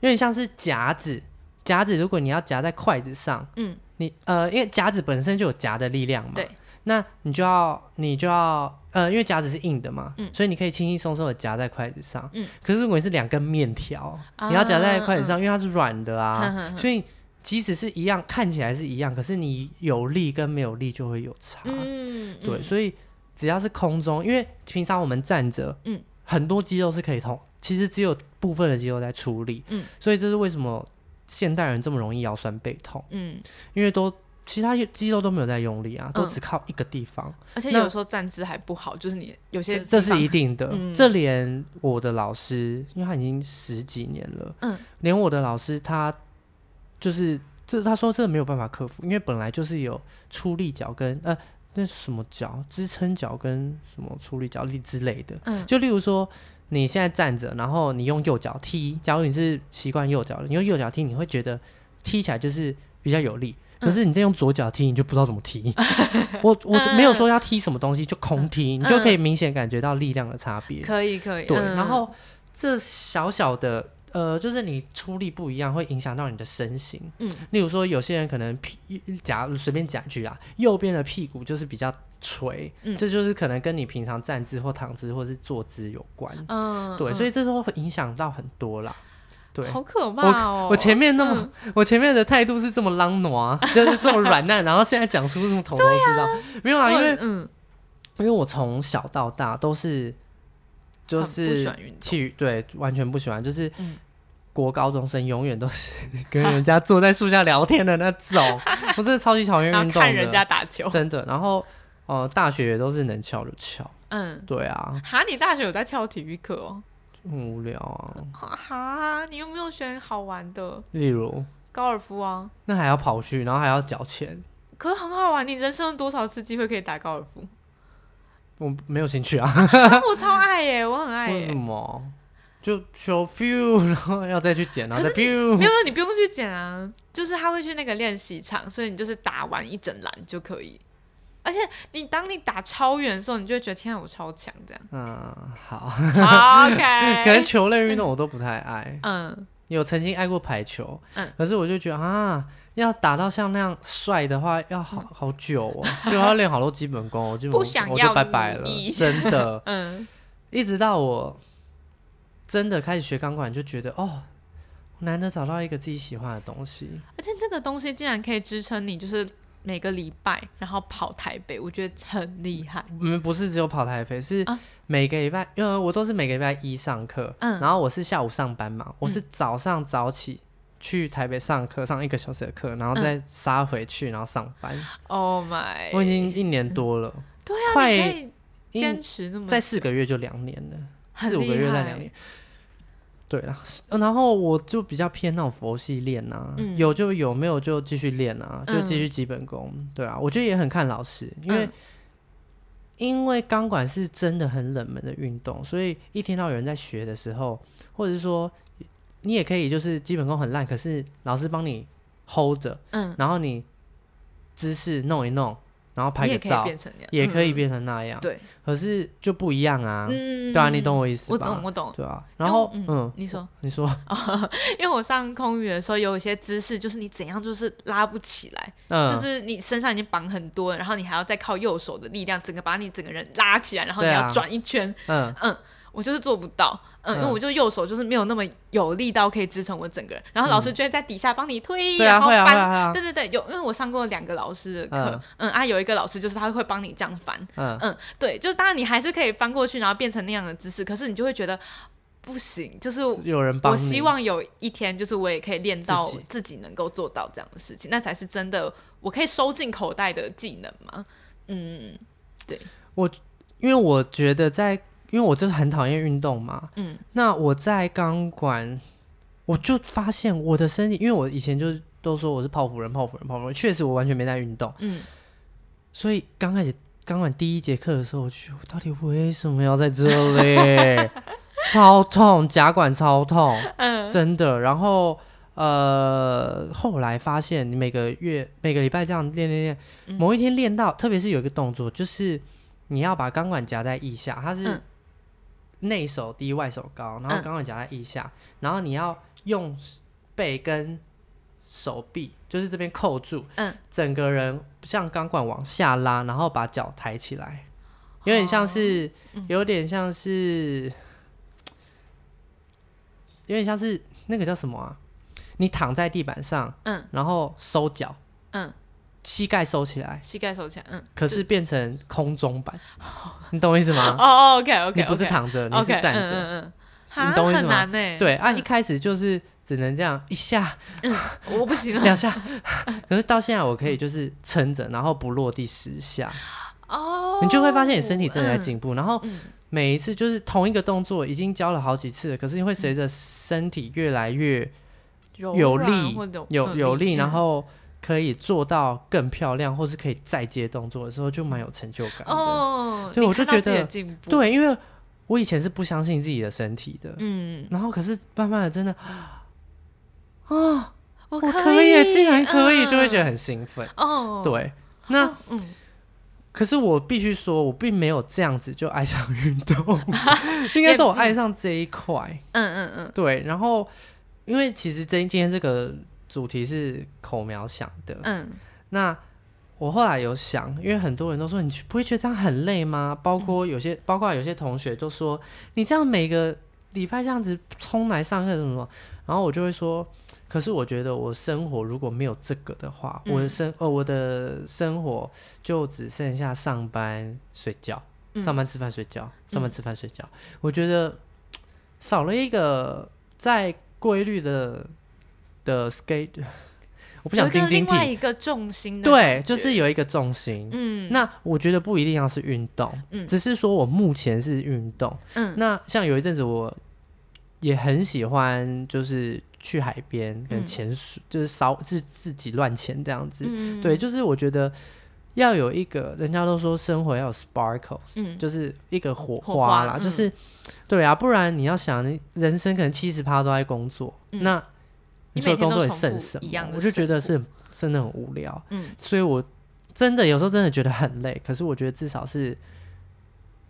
有点像是夹子，夹子如果你要夹在筷子上，嗯，你呃，因为夹子本身就有夹的力量嘛，对，那你就要你就要呃，因为夹子是硬的嘛，嗯所以你可以轻轻松松的夹在筷子上，嗯，可是如果你是两根面条，啊你要夹在筷子上，因为它是软的啊，哼哼哼所以即使是一样，看起来是一样，可是你有力跟没有力就会有差，嗯，嗯对，嗯所以只要是空中，因为平常我们站着，嗯，很多肌肉是可以通，其实只有部分的肌肉在出力，嗯，所以这是为什么现代人这么容易腰酸背痛，嗯，因为都其他肌肉都没有在用力啊，都嗯只靠一个地方，而且那有时候站姿还不好，就是你有些这这地是方一定的。嗯这连我的老师，因为他已经十几年了，嗯，连我的老师他就是这他说这没有办法克服，因为本来就是有出力脚跟呃那是什么脚支撑脚跟什么出力脚力之类的，嗯就例如说。你现在站着，然后你用右脚踢。假如你是习惯右脚的，你用右脚踢，你会觉得踢起来就是比较有力。嗯可是你再用左脚踢，你就不知道怎么踢。 我我没有说要踢什么东西，就空踢，你就可以明显感觉到力量的差别。可以可以，对，嗯然后这小小的呃，就是你出力不一样，会影响到你的身形。嗯，例如说有些人可能屁，假如随便讲一句啊，右边的屁股就是比较垂，嗯这就是可能跟你平常站姿或躺姿或是坐姿有关。嗯，对，所以以这时候会影响到很多啦。对，好可怕哦！嗯我前面那么，我前面的态度是这么浪挪，啊 就是这么软烂，然后现在讲出这么头头是道，没有啊，因为嗯，因为我从小到大都是就很不喜是欢运动去对完全不喜欢，就是嗯国高中生永远都是 跟人家坐在树下聊天的那 种，我真的超级讨厌然运后动看人的，家打球，真的。然后呃，大学也都是能翘就翘，嗯，对啊，哈，你大学有在跳体育课哦？很无聊啊。哈哈，你有没有选好玩的例如高尔夫啊？那还要跑去，然后还要缴钱，可是很好玩，你人生有多少次机会可以打高尔 夫？我没有兴趣啊。啊我超爱耶，我很爱为什耶。么？就求 few，然后要再去剪，然后再 few 没。有没有，你不用去捡啊，就是他会去那个练习场，所以你就是打完一整篮就可以。而且你当你打超远的时候，你就会觉得天啊，我超强这样。嗯，好。哎 好可能 OK，球类运动我都不太爱，嗯，有曾经爱过排球，嗯可是我就觉得啊，要打到像那样帅的话，要好好久哦，就要练好多基本功，我哦 基本功嗯不想我要就拜拜了你，真的。 嗯，一直到我真的开始学钢管，就觉得哦，难得找到一个自己喜欢的东西，而且这个东西竟然可以支撑你，就是每个礼拜然后跑台北，我觉得很厉害。我们嗯不是只有跑台北，是嗯啊每个礼拜，呃，我都是每个礼拜一上课，嗯然后我是下午上班嘛，我是早上早起，去台北上课，上一个小时的课，然后嗯再杀回去，然后上班。 Oh my！我已经一年多了，哎对啊，快你可以因坚持那么在四个月就两年了，很四五个月厉再害两年。对啦，呃然后我就比较偏那种佛系练啊，嗯有就有，没有就继续练啊，就继续基本功。对啊，我觉得也很看老师，因为、嗯因为钢管是真的很冷门的运动，所以一听到有人在学的时候，或者是说你也可以就是基本功很烂，可是老师帮你 hold 着，嗯，然后你姿势弄一弄，然后拍你个也可以照，变成那样，也可以嗯变成那样。对，可是就不一样啊，嗯，对啊，你懂我意思我吧？懂，我懂。对啊，然后因为嗯，你说， 你说，因为我上空域的时候，有一些姿势就是你怎样就是拉不起来，嗯，就是你身上已经绑很多，然后你还要再靠右手的力量，整个把你整个人拉起来，然后你对啊要转一圈，嗯，嗯。我就是做不到，嗯，嗯因为我就右手就是没有那么有力道可以支撑我整个人，然后老师就会在底下帮你推，嗯对啊，然后会啊，会搬，啊，会对对对，有，因为我上过两个老师的课，嗯啊，有一个老师就是他会帮你这样翻，啊，嗯，嗯，对，就是当然你还是可以翻过去，然后变成那样的姿势，可是你就会觉得不行，就是有人帮我你，希望有一天，就是我也可以练到自己自己能够做到这样的事情，那才是真的我可以收进口袋的技能嘛。嗯，因为我觉得在，因为我就是很讨厌运动嘛，嗯，那我在钢管，我就发现我的身体，因为我以前就是都说我是泡芙人，泡芙人，泡芙人，确实我完全没在运动，嗯，所以刚开始钢管第一节课的时候，我去，我到底为什么要在这里？超痛， 甲管超痛，嗯真的。然后呃，后来发现你每个月每个礼拜这样练练嗯练，某一天练到，特别是有一个动作，就是你要把钢管夹在腋下，它是嗯内手低外手高，然后嗯钢管夹在腋下，然后你要用背跟手臂，就是这边扣住，嗯，整个人像钢管往下拉，然后把脚抬起来，有点像是，哦嗯有点像是，有点像是那个叫什么啊？你躺在地板上，嗯，然后收脚，嗯，膝盖收起来，膝盖收起来，嗯，可是变成空中 版，你懂我意思吗？哦，OK OK，啊你不是躺着，你 o 是 k 站着。嗯嗯嗯，哈你懂我意思很吗难欸呢，对啊，一开始就是只能这样一下我不行啊了。两下， 可是到现在我可以就是撑着，然后不落地十下，哦，你就会发现你身体真的在进步。然后嗯每一次就是同一个动作已经教了好几次了，可是你会随着身体越来越柔有软力或者有有力，然。嗯后可以做到更漂亮，或是可以再接动作的时候，就蛮有成就感的。哦，对你我就看觉到自己的得进步，，对，因为我以前是不相信自己的身体的，嗯，然后可是慢慢的真的啊我我可以耶，竟然可以，嗯就会觉得很兴奋。哦，对，那嗯可是我必须说，我并没有这样子就 爱上运动，应该是我爱上这一块。嗯嗯嗯，对，然后因为其实今今天这个主题是口苗想的，嗯，那我后来有想，因为很多人都说你不会觉得这样很累吗？包括嗯有些，包括有些同学都说你这样每个礼拜这样子冲来上课什么什么，然后我就会说，可是我觉得我生活如果没有这个的话，嗯我的生呃我的生活就只剩下上班睡觉，嗯上班吃饭睡觉，上班吃饭睡觉，我觉得嘖少了一个在规律的的 skate。我不想有一个晶晶另体外，一个重心的对感，觉就是有一个重心。嗯那我觉得不一定要是运动，嗯只是说我目前是运动。嗯那像有一阵子我也很喜欢，就是去海边跟嗯潜水，就是烧自自己乱潜这样子。嗯对，就是我觉得要有一个，人家都说生活要有 sparkle，嗯就是一个火火花花啦，嗯就是对啊，不然你要想，你人生可能七十趴都在工作，嗯那你做每的工天都作也重剩复什一么样？的我就觉生得活是很真的很无聊，嗯所以我真的有时候真的觉得很累，可是我觉得至少是。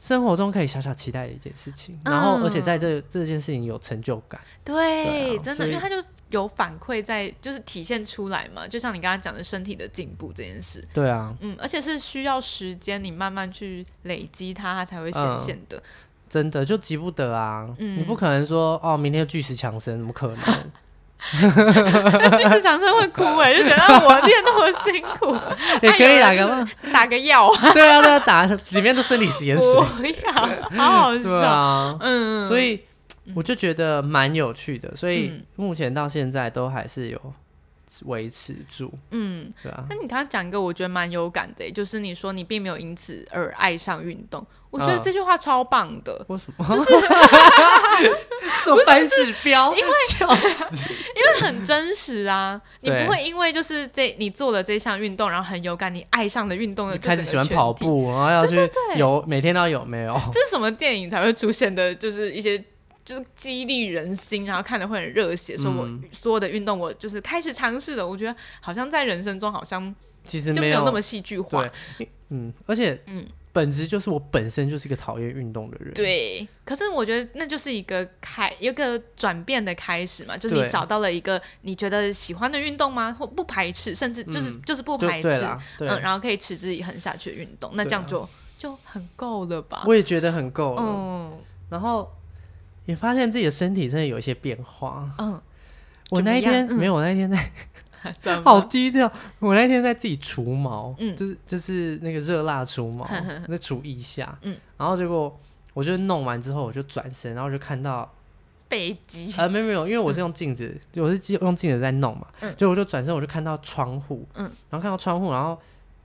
生活中可以小小期待的一件事情，然后而且嗯在这这件事情有成就感，对对，啊真所的，以因为他就有反馈在，就是体现出来嘛。就像你刚刚讲的身体的进步这件事，对啊，嗯，而且是需要时间，你慢慢去累积它，它才会显现的。真的就急不得啊，嗯你不可能说哦，明天就巨石强森，怎么可能？嗯 那巨石强森会哭哎、就觉得我练那么辛苦， 也可以啦， 哎干有人嘛？打个药啊， 对啊，对 啊，打里面都生理实验水，不要，好 好对笑。啊，嗯，所以我就觉得蛮有趣的，所以目前到现在都还是有维持住，嗯，对啊那，你刚刚讲一个我觉得蛮有感的耶，欸就是你说你并没有因此而爱上运动，我觉得嗯这句话超棒的，为 什么？就是什么反指标？因为因为很真实啊，你对不会因为就是这你做了这项运动，然后很有感，你爱上了运动的 这开始整个喜欢圈跑地，步，然后要去对有每天都要有没有？ 这是什么电影才会出现的？就是一些就是激励人心，然后看的会很热血，说我嗯所有的运动我就是开始尝试了，我觉得好像在人生中好像其实就没有有那么戏剧化对，，嗯，而且嗯本质就是我本身就是一个讨厌运动的人，对，可是我觉得那就是一个开一个转变的开始嘛，就是你对找到了一个你觉得喜欢的运动吗？或不排斥，甚至就是、嗯就是不就排斥，对啦，对，啊嗯，然后可以持之以恒下去的运动，那这样就、就很够了吧？我也觉得很够了。嗯然后也发现自己的身体真的有一些变化。嗯，我那一怎么天、样嗯没有，我那一天在什么好低调，我那一天在自己除毛，嗯就是就是那个热蜡除毛哼哼，那除腋下，嗯然后结果我就弄完之后，我就转身，然后就看到北极，呃，没有没有，因为我是用镜子，我是用镜子在弄嘛，嗯就我就转身，我就看到窗户，嗯然后看到窗户，然后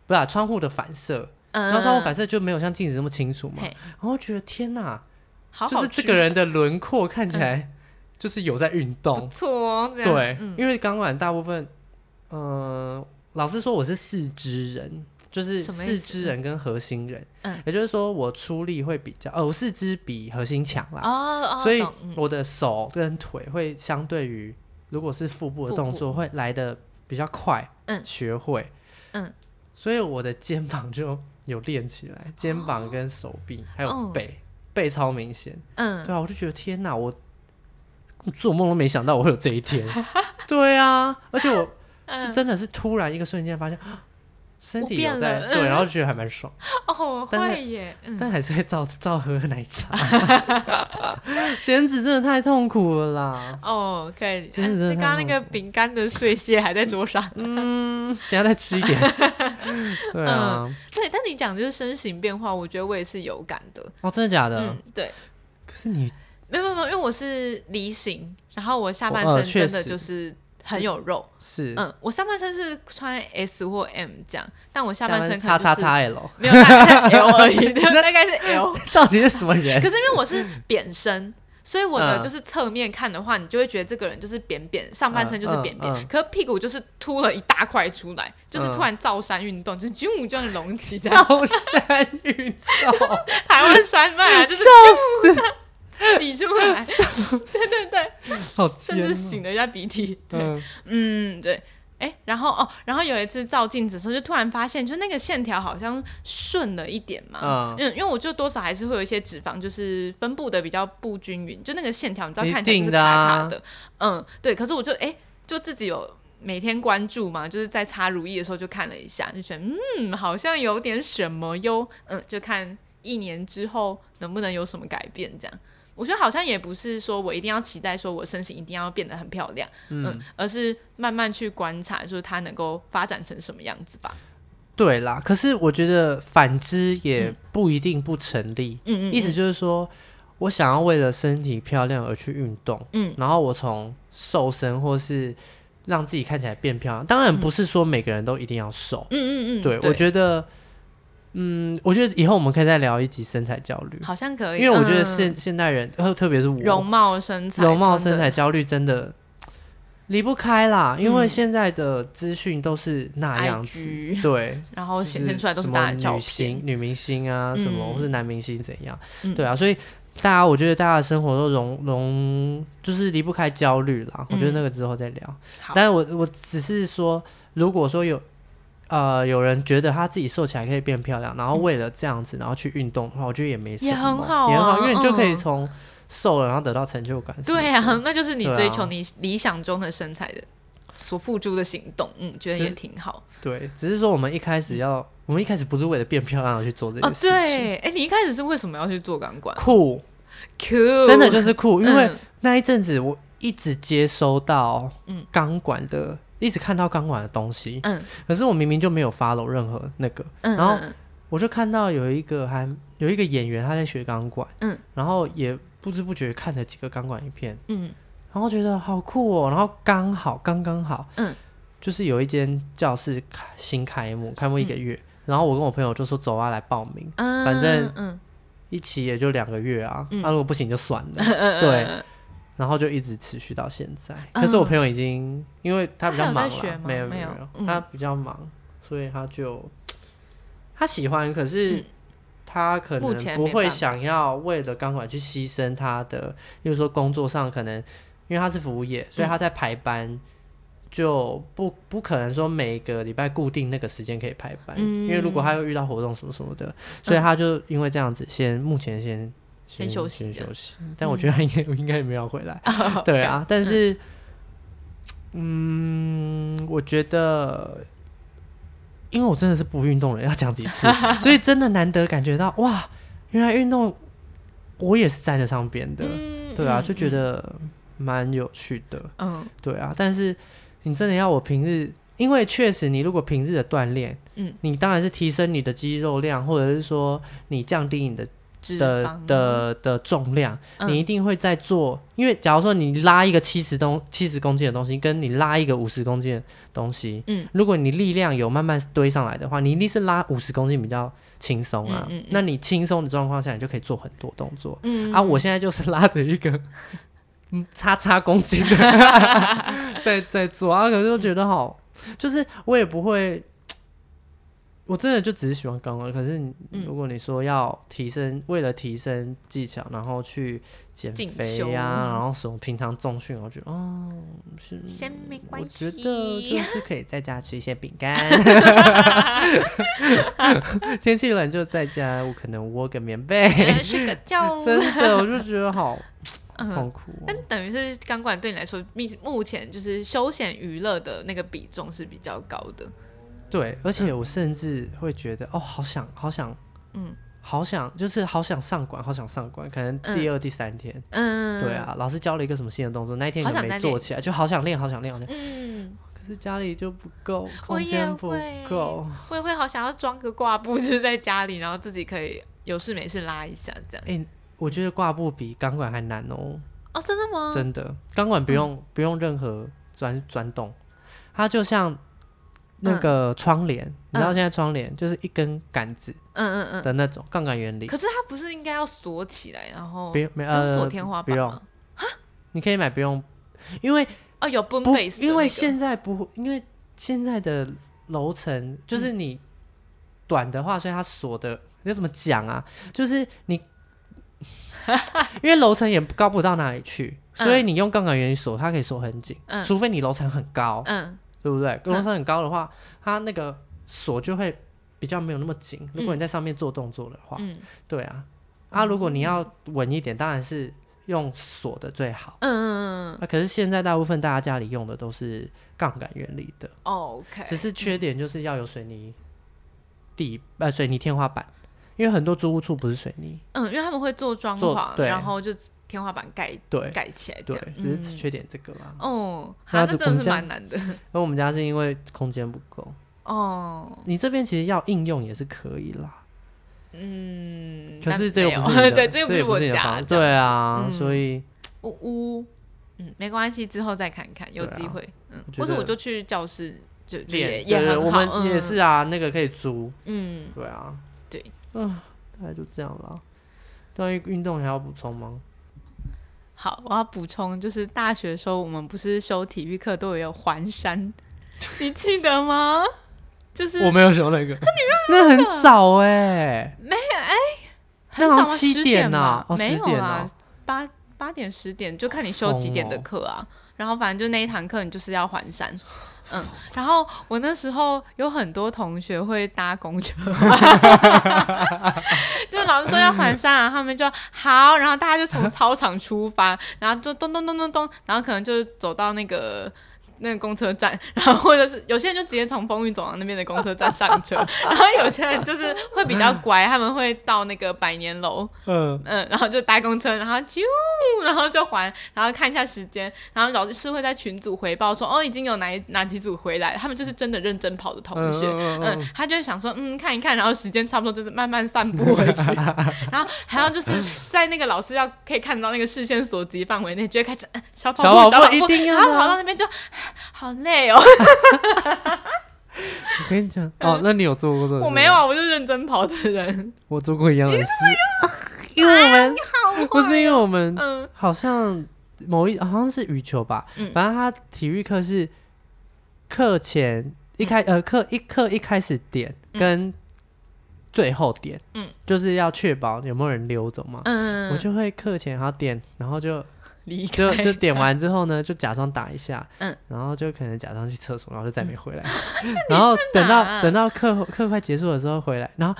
不是、啊、窗户的反射，嗯，然后窗户反射就没有像镜子那么清楚嘛，嘿然后觉得天哪，好好就是这去个人的轮廓看起来就是有在运不动，错哦，这样对，嗯因为钢管大部分，嗯，老实说我是四肢人。就是什么意四思肢人跟核心人，嗯也就是说我出力会比较，哦，我四肢比核心强啦，哦哦，所以懂嗯我的手跟腿会相对于如果是腹部的动作会来的比较快，嗯学会，嗯，所以我的肩膀就有练起来，肩膀跟手臂还有哦背，背超明显，嗯，对啊，我就觉得天哪，我做梦都没想到我会有这一天，对啊，而且 我是真的是突然一个瞬间发现。啊身体有嗯我变在了对，然后就觉得还蛮爽，哦，但是会耶，嗯，但还是会照照喝奶茶。 减脂真的太痛苦了啦！哦，可以。真的真的哎太刚刚那痛个饼干的碎屑还在桌上。嗯，等一下再吃一 点。对啊，对，但你讲就是身形变化，我觉得我也是有感的。哦，真的假的？嗯，对，可是你没有没有，没有因为我是梨形，然后我下半哦呃身真确的实就是很有肉。是嗯，我上半身是穿 S 或 M 这样，但我下半身可叉能叉就是叉 L，没有大概是 L 而 已，对大概是 L。到底是什么人可？是因为我是扁身，所以我的哎嗯就是侧面看的话，你就会觉得这个人就是扁扁，上半身就是扁扁，嗯嗯嗯可是屁股就是凸了一大块出来，就是嗯突然造山运动，就是军武就很隆起这样，赵山运动，台湾山脉啊， 就是笑挤出来，对对对，死，好甚尖至哦。擤了一下鼻涕，对，嗯，嗯对。哎，然后哦，然后有一次照镜子的时候，就突然发现，就那个线条好像顺了一点嘛。嗯嗯，因为我就多少还是会有一些脂肪，就是分布的比较不均匀，就那个线条，你知道一看起来就定是的卡啊卡的。嗯，对。可是我就哎，就自己有每天关注嘛，就是在擦乳液的时候就看了一下，就觉得嗯，好像有点什么哟。嗯，就看一年之后能不能有什么改变这样。我觉得好像也不是说我一定要期待说我身形一定要变得很漂亮，嗯而是慢慢去观察，就是它能够发展成什么样子吧。对啦。可是我觉得反之也不一定不成立。嗯嗯意思就是说，我想要为了身体漂亮而去运动，嗯，然后我从瘦身或是让自己看起来变漂亮，当然不是说每个人都一定要瘦，嗯嗯嗯，对我觉得，嗯，我觉得以后我们可以再聊一集身材焦虑，好像可以，因为我觉得嗯现、现代人，呃，特别是我，容貌身材，容貌真的身材焦虑真的离不开啦，因为嗯现在的资讯都是那样子， IG 对，然后就是显现出来都是什大么家的照女星片。、女明星啊，什么、嗯或是男明星怎样？嗯对啊，所以大家我觉得大家的生活都融融，就是离不开焦虑啦。我觉得那个之后再聊。嗯好但是我我只是说，如果说有呃有人觉得他自己瘦起来可以变漂亮，然后为了这样子然后去运动的话，我觉得也没什么，嗯也很好啊也很好，因为你就可以嗯从瘦了然后得到成就感。对啊，， 那就是你对啊追求你理想中的身材的所付出的行动，嗯，觉得只也是挺好。对，只是说我们一开始要，我们一开始不是为了变漂亮而去做这哦件，事情。对，哎，你一开始是为什么要去做钢 管酷， ？Q 真的就是酷，因为嗯那一阵子我一直接收到钢管的，一直看到钢管的东西，嗯可是我明明就没有 follow 任何那个，嗯，然后嗯我就看到有一个还有一个演员他在学钢管，嗯，然后也不知不觉看了几个钢管影片，嗯然后觉得好酷哦，然后刚好刚刚好，嗯，就是有一间教室开新开幕，开幕一个月，嗯然后我跟我朋友就说走啊来报名，啊，反正嗯一期也就两个月啊，那、嗯如果不行就算了，嗯对嗯然后就一直持续到现在。嗯可是我朋友已经，因为他比较忙他还有在学了，吗没有没没有有，嗯他比较忙，所以他就他喜欢，可是嗯他可目前能没不会办法想要为了钢管去牺牲他的，例如说工作上可能，因为他是服务业，嗯所以他在排班。就不不可能说每个礼拜固定那个时间可以排班，嗯因为如果他又遇到活动什么什么的，所以他就因为这样子先目前先先休息这先样休息。但我觉嗯得他应该、应该也没有要回 来，对啊。但是，嗯我觉得，因为我真的是不运动的人，要讲几 次，所以真的难得感觉到哇，原来运动我也是站在上边的，嗯对啊，嗯就觉得蛮有趣的，嗯对啊。但是你真的要我平日。因为确实，你如果平日的锻炼，嗯，你当然是提升你的肌肉量，或者是说你降低你的脂的肪啊的的重量，嗯你一定会在做。因为假如说你拉一个七十东七十公斤的东西，跟你拉一个五十公斤的东西，嗯，如果你力量有慢慢堆上来的话，你一定是拉五十公斤比较轻松啊。嗯嗯嗯那你轻松的状况下，你就可以做很多动作。嗯啊，我现在就是拉着一个嗯叉叉公斤 的在在做啊，可是我觉得好，就是我也不会，我真的就只是喜欢钢管。可是你嗯如果你说要提升，为了提升技巧，然后去减进肥修呀、然后什么平常重训，我觉得哦，是先没关我系，觉得就是 可以在家吃一些饼 干，天气冷就在家，我可能窝个棉 被。呃睡个 觉。真的，我就觉得好嗯痛苦、哦。但等于是钢管对你来说，目目前就是休闲娱乐的那个比重是比较高的。对，而且我甚至会觉得，哦，好想，好想，嗯好想，就是好想上管，好想上管。可能第二、第三天，嗯，对，啊，老师教了一个什么新的动作，那一天好可能想再没练做一起来，次就好想练，好想练，好想练。嗯，可是家里就不够，我空也间不会够。，我也会好想要装个挂布，就是在家里，然后自己可以有事没事拉一下这样。哎、我觉得挂布比钢管还难哦，哦，真的吗？嗯真的，钢管不用、不用任何钻钻洞，它就像那嗯个窗帘，你知道嗯现在窗帘就是一根杆子嗯嗯嗯。的那种杠杆原理。可是它不是应该要锁起来，然后不用没不用呃锁，天花不板用吗？你可以买不用，因为哦，有 boom 不 base，的因为那个现在不因为现在的楼层就是你短的话，所以它锁的你怎么讲啊？就是 你因为楼层也高不到哪里去，所以你用杠杆原理锁，它可以锁很紧，嗯除非你楼层很高，嗯对不对？楼层很高的话，它那个锁就会比较没有那么紧。如果你在上面做动作的话，嗯对啊，啊，如果你要稳一点，当然是用锁的最好。嗯嗯嗯啊，可是现在大部分大家家里用的都是杠杆原理的， ，OK，只是缺点就是要有水泥地呃水泥天花板，因为很多租屋处不是水泥，嗯， 因为他们会做装做潢，对然后就天花板盖对盖起来这对样，，只嗯是缺点这个啦。哦，那哈，这那我真们的是这样蛮难的因为我们家是因为空间不够， 哦。你这边其实要应用也是可以啦，嗯，可但是这又没不有是 你的对，这又也是不我是你的家房的，子对啊，嗯所以呜呜，嗯，没关系，之后再看看，有对啊机会，嗯我，觉或者我得就去教室，就就也练也对很我好，们也嗯是，啊，那个可以租，嗯，对啊，对，嗯，大概就这样啦。关于运动还要补充吗？好，我要补充，就是大学的时候，我们不是修体育课都有环 山，你记得吗？就是我没有修那个，那很早哎、很那早好吗像七10点嘛呐，哦没10有啊点啦哦，八八点十点就看你好修疯几点的哦课啊。然后反正就那一堂课，你就是要环山。嗯，然后我那时候有很多同学会搭公车， 就是老师说要环山啊，他们就好，然后大家就从操场出发，然后就咚咚咚咚咚，然后可能就走到那个那个公车站，然后或者是有些人就直接从风雨走廊那边的公车站上车， 然后有些人就是会比较乖，他们会到那个百年楼，嗯，嗯，然后就搭公车，然后啾，然后就还，然后看一下时间，然后老师会在群组回报说，哦，已经有哪一哪几组回来，他们就是真的认真跑的同学，嗯嗯嗯嗯他就会想说，嗯，看一看，然后时间差不多就是慢慢散 步回去，然后还要就是在那个老师要可以看到那个视线所及范围内，就会开始、嗯小跑小跑步步，小跑一步，定要然的啊后跑到那边就好累哦，我跟你讲 哦，那你有做过这种？我没有，啊，我就认真跑的人，我做过一样的事， 因为我啊们不是因为我们嗯，好像某一好像是羽球吧，嗯反正他体育课是课前一开、嗯呃课一课一开始点跟最后点，嗯，就是要确保有没有人溜走嘛。嗯，我就会课前然后点，然后就离开，就就点完之后呢，就假装打一下，嗯，然后就可能假装去厕所，然后就再没回 来。 然后等啊到等到课后课快结束的时候回来，然后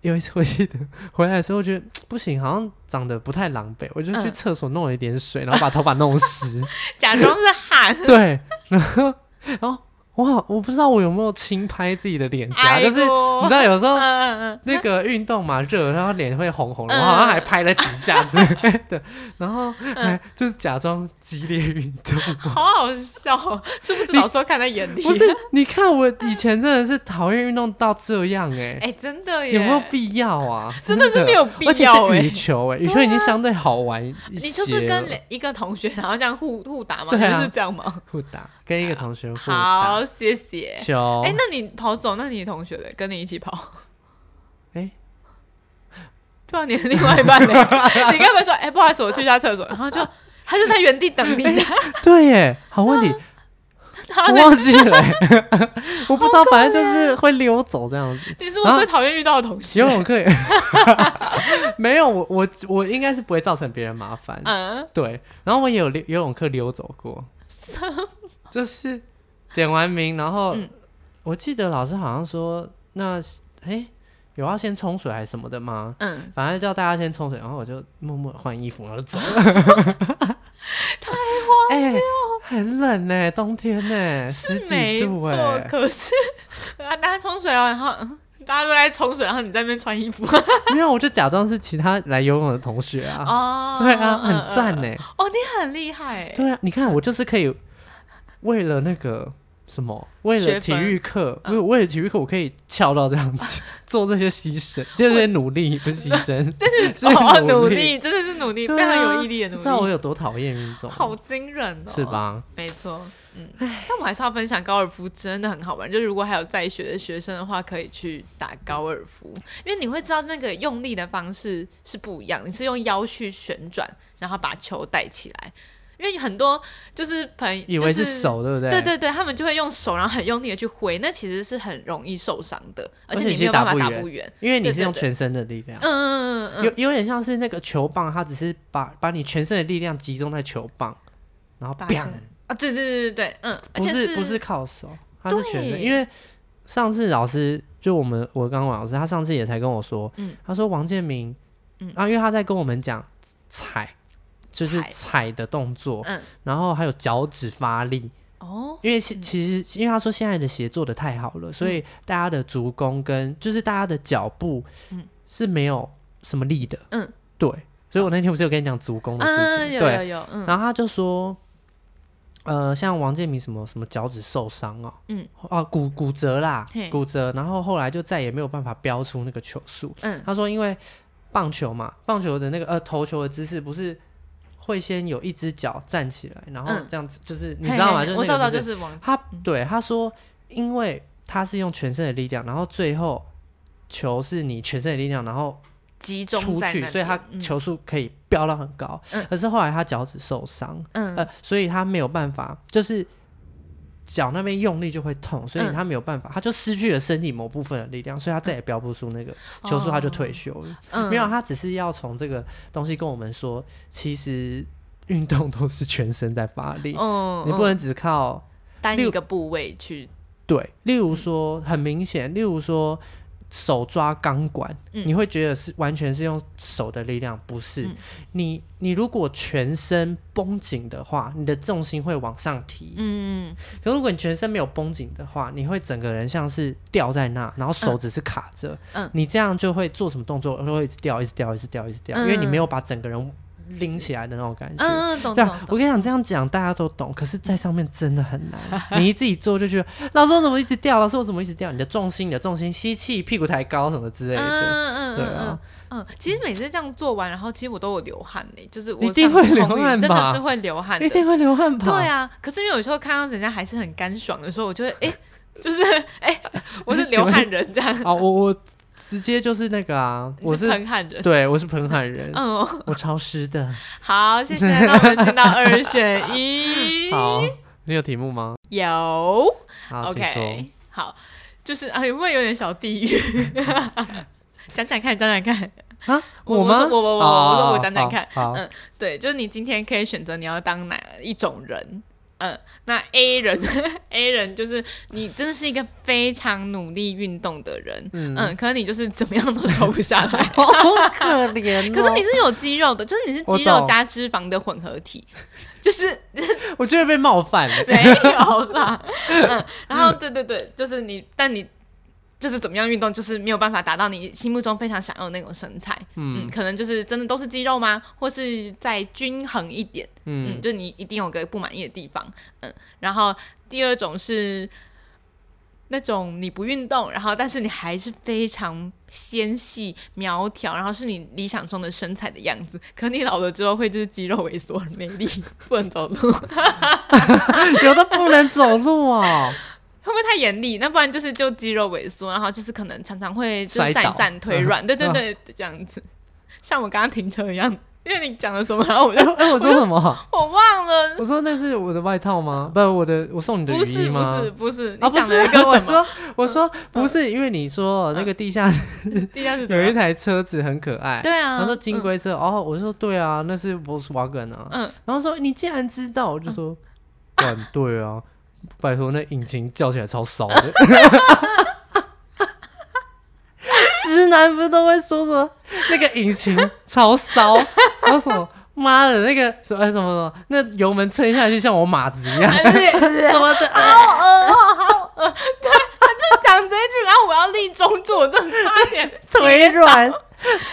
有一次我记得回来的时候，我觉得不行，好像长得不太狼狈，我就去嗯厕所弄了一点水，然后把头发弄 湿，假装是汗。对， 然后然后我好我不知道我有没有轻拍自己的脸颊，哎就是呦你知道有时候嗯嗯嗯。那个运动嘛，热，然后脸会红红的，我好像还拍了几下 之类的，然后还就是假装激烈运 动。好好笑哦，是不是老师都看在眼里？不是，，你看我以前真的是讨厌运动到这样哎、哎、真的耶，有没有必要啊？真的是没有必要而且是羽欸球哎、羽球已经相对好玩一些你了。就是跟每一个同学，然后这样互互打嘛，对啊你就是这样吗？互打，跟一个同学互打好，谢谢。球。哎、那你跑走，那你同学嘞，跟你一起跑？哎对啊，你的另外一半 嘞，你该不会说，哎、不好意思，我去一下厕所，然后就他就在原 地等你，对耶，好问 啊题，他我那忘记了欸、 我不知道，反正就是会溜走这样子。你是我最讨厌遇到的同学游。泳 课也没有，我我我应该是不会造成别人麻烦。嗯，对，然后我也有溜游泳课溜走过，就是点完名，然后、嗯我记得老师好像说，那哎、有要先冲水还是什么的吗？嗯，反正叫大家先冲水，然后我就默默地换衣服，然后就 走了。 太荒谬、很冷呢、冬天呢、十是几嗯没度错，哎、可是啊，大家冲水哦，然后嗯大家都在冲水，然后你在那边穿 衣服，没有，我就假装是其他来游泳的同学啊。哦，对啊，嗯很赞呢、。嗯嗯哦，你很厉害欸，对啊，你看我就是可以为了那个什么，为了学体分嗯育课，为为了体育课，我可以翘到这样子， 做这些牺牲，这些努力不是牺 牲， 这是哦，努努力力真的是努力，对非常啊有毅力的知道努我力，有多讨厌运动，好惊人哦，是？吧？没错，嗯，但我还是要分享高尔夫真的很好玩，就是如果还有在学的学生的话，可以去打高尔夫，因为你会知道那个用力的方式是不一样，你是用腰去旋转，然后把球带起来，因为很多就是朋以为就是手，对不对？对对对，他们就会用手，然后很用力的去挥，那其实是很容易受伤的，而而且且你其没实有办打法不打远啊不远。因为你对是对用对全身的力量。嗯嗯嗯嗯，有有点像是那个球棒，它只是把把你全身的力量集中在球棒，然后打砰，啊，对对对对对，嗯，而不且是是不是靠手，他是全身。对因为上次老师就我们我刚王老师，他上次也才跟我说，嗯他说王建民，嗯啊，因为他在跟我们讲踩，就是踩踩的动作，嗯然后还有脚趾发力，哦，因为其其实因为他说现在的鞋做的太好了，所以大家的足弓跟就是大家的脚步，嗯是没有什么力的，嗯，对，所以我那天不是有跟你讲足弓的事嗯情，有对有，有，嗯然后他就说，呃，像王建民什么什么脚趾受伤哦，嗯，啊骨骨折啦嘿，骨折，然后后来就再也没有办法标出那个球速。嗯他说，因为棒球嘛，棒球的那个呃投球的姿势不是会先有一只脚站起来，然后嗯这样子，就是你嘿知道吗？嘿就嘿是我那知道个知道姿就势。是王，他对他说，因为他是用全身的力量，然后最后球是你全身的力量，然后集中出在去，那所以他边嗯球速可以飙到很高。嗯可是后来他脚趾受伤，嗯呃，所以他没有办法，就是脚那边用力就会痛，所以嗯他没有办法，他就失去了身体某部分的力量，所以他再也标不出那个球速，他就退休了。哦嗯没有，他只是要从这个东西跟我们说，其实运动都是全身在发力，嗯，你不嗯能只靠单六一个部位去对，例如说很明显，例如说手抓钢管，嗯你会觉得是完全是用手的力量，不是？嗯你你如果全身绷紧的话，你的重心会往上提。嗯，可如果你全身没有绷紧的话，你会整个人像是吊在那，然后手只是卡着。嗯你这样就会做什么动作都会一直掉，一直掉，一直掉，一直掉，因嗯为你没有把整个人拎起来的那种感觉。嗯嗯，懂对懂啊，我懂。跟你讲，这样讲大家都懂，可是，在上面真的很 难。你一自己做就觉得，老师我怎么一直掉？老师我怎么一直掉？你的重心，你的重心，吸气，屁股抬高什么之类嗯的。嗯嗯对嗯啊嗯，其实每次这样做完，然后其实我都有流汗呢、就是我一定会流汗吧上空域真的是会流汗的一。定会流汗吧？对啊，可是因为有时候看到人家还是很干爽的时候，我就会哎、 就是哎、我是流汗人这样，哦，我我直接就是那个啊，你我是是喷汗人。对，我是彭海人，嗯，我潮湿的。好，谢谢。那我们进到二选一， 好，你有题目吗？有好，请说 OK，。好，就是啊，会不会有点小地狱？ 讲讲看，讲讲看。啊，我吗？我说我我我哦我说我讲讲看好， 好嗯对，就是你今天可以选择你要当哪一种人。嗯，那 A 人 ，A 人就是你真的是一个非常努力运动的人，嗯嗯可是你就是怎么样都瘦不下 来。好可怜哦。可是你是有肌肉的，就是你是我肌肉懂加脂肪的混合体，就是 我觉得被冒犯了。 没有啦。嗯，然后对对对，就是你，但你就是怎么样运动，就是没有办法达到你心目中非常想要的那种身材。嗯，嗯可能就是真的都是肌肉吗？或是再均衡一点？嗯，嗯，就你一定有个不满意的地方。嗯，然后第二种是。那种你不运动，然后但是你还是非常纤细苗条，然后是你理想中的身材的样子。可你老了之后会就是肌肉萎缩，没力，不能走路。有的不能走路哦。 会不会太严厉？那不然就是就肌肉萎缩，然后就是可能常常会就摔是倒站一站腿软，对对对，这样子，像我刚刚停车一样。因为你讲了什么，然后我就哎、我说什么？我忘了，我说那是我的外套吗？不，我的我送你的不雨是衣不吗？是不是，啊，你不讲是了一， 我个什么？嗯说我说不是，因为你说那个地下室地下室怎 么有一样？台车子很可爱，对啊，然后说金龟车，哦，我说对啊，那是 Volkswagen 啊，嗯，然后说你竟然知道，我就说，嗯，对啊，拜托那引擎叫起来超骚的，直男不都会说什么那个引擎超骚，然后什么妈的那个什么哎什么什么，那油门撑下去像我马子一样嗯，哎不是什么的， 啊好恶哦，好恶，对，他就讲这一句，然后我要立中柱，我真的差点，腿软，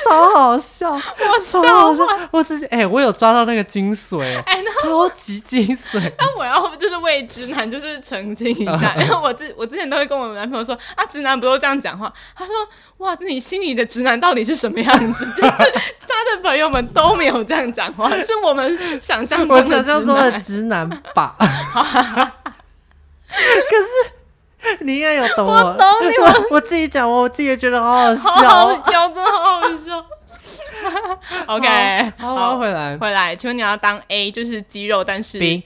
超好笑，我超笑好笑，我之前哎，我有抓到那个精髓，哎，那超级精髓。 但我要就是为直男就是澄清一下，因为我之我之前都会跟我男朋友说啊，直男不都这样讲话？他说哇，你心里的直男到底是什么样子？就是他的朋友们都没有这样讲话，是我们想象中我的直想象中的男。直男 吧。可是你应该有懂我，我懂 你我我自己讲，我自己也觉得好好笑 好哦。好笑，真的好好笑。OK，好，好我要回来。回来，请问你要当 A 就是肌肉，但是 B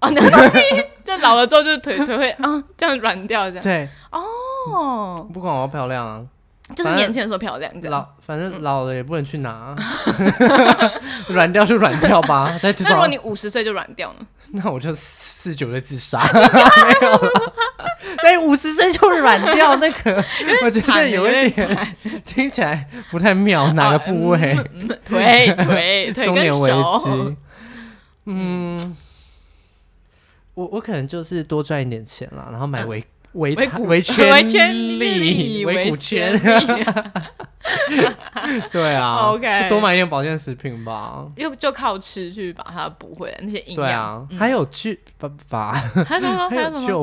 哦，那当 B 就老了之后就是腿腿会啊、这样软掉这样对，哦，不管我要漂亮啊，就是年轻的时候漂亮这样。老反嗯正老了也不能去拿 啊， 软掉就软掉吧，在那如果床你五十岁就软掉呢？那我就四九岁自杀， 没有 了。哎，五十岁就软掉那个，我觉得惨有有一点点听起来不太妙，哪个部位？ 嗯腿、腿、腿中跟年危手 机。。嗯，我我可能就是多赚一点钱啦，然后买围围 围餐嗯骨围圈围圈力围围骨圈， 力对 啊哦 OK 多买一点保健食品吧。又就靠吃去把它补回来那些营对养。啊，还有剧爸爸， 还有什么？啊 还还有有什么？就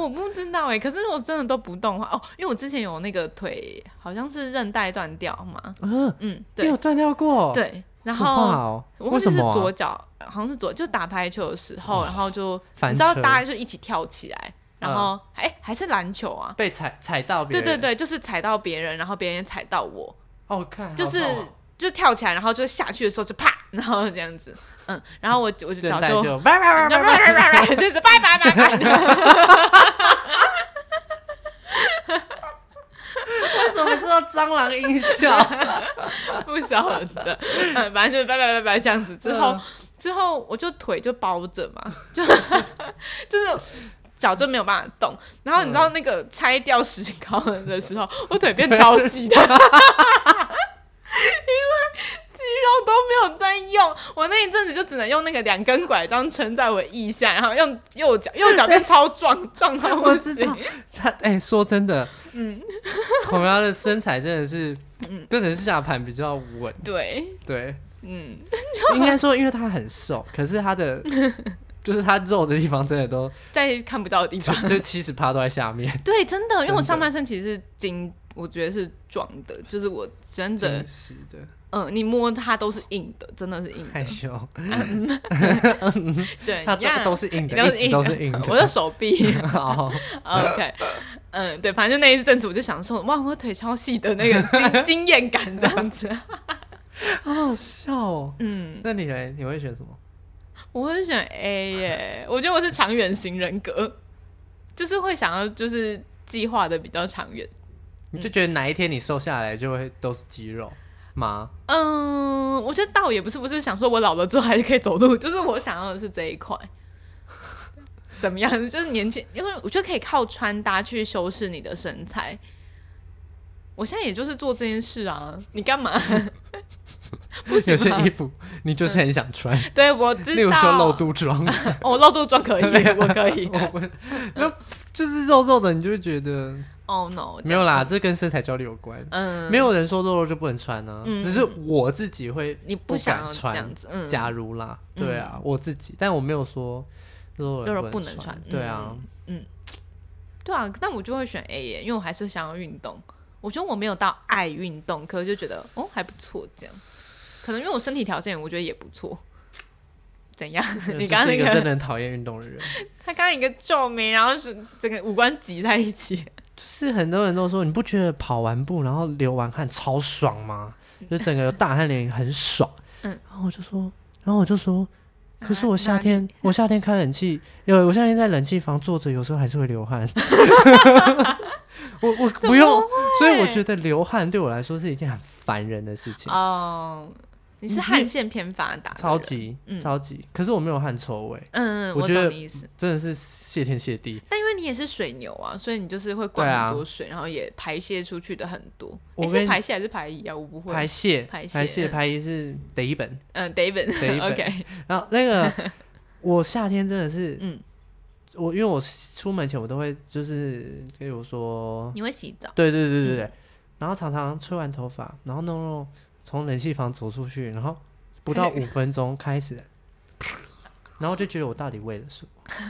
我不知道哎、可是如果真的都不动的话，哦，因为我之前有那个腿好像是韧带断掉嘛，嗯，嗯，你对有断掉过，，对，然可怕后哦，我为忘记什是么左啊？哦脚，好像是左，就打排球的时候，然后就翻你知道车嗯大家就一起跳起来，然后哎、还是篮球啊。被踩踩到别对人，对，对，就是踩到别人，然后别人也踩到我，哦，看就是好痛哦就跳起来，然后就下去的时候就啪，然后这样子，嗯，然后我我就韧脚带 就，就叭叭叭叭叭就是 拜拜拜 拜， 为什么知道蟑螂音效？ 不晓得，嗯，反正就是拜拜拜拜这样子。之后嗯 之后我就腿就包着嘛，就就是脚就没有办法动。然后你知道那个拆掉石膏的时嗯候，我腿变超 细的，因为肌肉都没有在用。我那一阵子就只能用那个两根拐杖撑在我腋下，然后用右脚，右脚变超壮，壮到不我知行道。他哎、说真的，嗯，孔瑶的身材真的 是，真的是下盘比较稳，对，对，嗯，应该说因为他很瘦，可是他 的就是他肉的地方真的 都在看不到的地就方。就七十趴都在下面，对，真的，因为真的我上半身其实是筋，我觉得是壮的，就是我真的真，实的嗯，你摸它都是硬的，真的是硬害的。羞，对，他都都是硬的，一直都是硬的， 我的手臂。 好， OK，嗯，对，反正就那一阵子我就想说，哇，我腿超细的 那个惊惊艳感这样子。好好笑哦。嗯，那你嘞，你会选什么？我会选 A 耶，我觉得我是长远型人格，就是会想要就是计划的比较长远。你就嗯觉得哪一天你瘦下来就会都是肌肉吗？嗯，我觉得倒也不是，不是想说我老了之后还是可以走路，就是我想要的是这一块。怎么样？就是年轻，因为我觉得可以靠穿搭去修饰你的身材。我现在也就是做这件事啊，你干嘛？ 啊有些衣服你就是很想穿，对我知道， 例如说露肚 装，哦，露肚装可 以，我可以。我不那就是肉肉的，你就会觉得 Oh no，没有啦，这跟身材焦虑有关。嗯，没有人说肉肉就不能穿啊，嗯只是我自己会你不想敢要这样穿。子，嗯，假如啦，对啊，我自己，但我没有说肉肉肉不不能穿，对啊，嗯， 嗯，对啊，那我就会选 A 耶，因为我还是想要运动。我觉得我没有到爱运动，可是就觉得哦还不错这样。可能因为我身体条件，我觉得也不错。怎样？ 你刚刚就是那一个真个，的很讨厌运动的人，他刚刚一个皱眉，然后是整个五官挤在一起。就是很多人都说，你不觉得跑完步然后流完汗超爽吗？就整个有大汗淋漓很爽。嗯然后我就说，然后我就说，可是哪我夏哪天我夏天开冷气，有我夏天在冷气房坐着，有时候还是会流汗。 我我怎不用么，所以我觉得流汗对我来说是一件很烦人的事情，哦，你是汗腺偏发达，嗯超。级、嗯超级。可是我没有汗臭味，嗯，我我觉得懂你意思。真的是谢天谢地。但因为你也是水牛啊，所以你就是会对灌啊很多水，然后也排泄出去的很多。我你跟是排泄还是排遗啊？我不会。排泄排泄排泄嗯排遗是得一本，嗯，David，OK，、得一本 OK 然后那 个我夏天真的是，嗯我因为我出门前我都会就是，比如说，你会洗澡？对对对对嗯对，然后常常吹完头发，然后弄弄从冷气房走出去，然后不 到五分钟开始，然后就觉得我到底为了什么？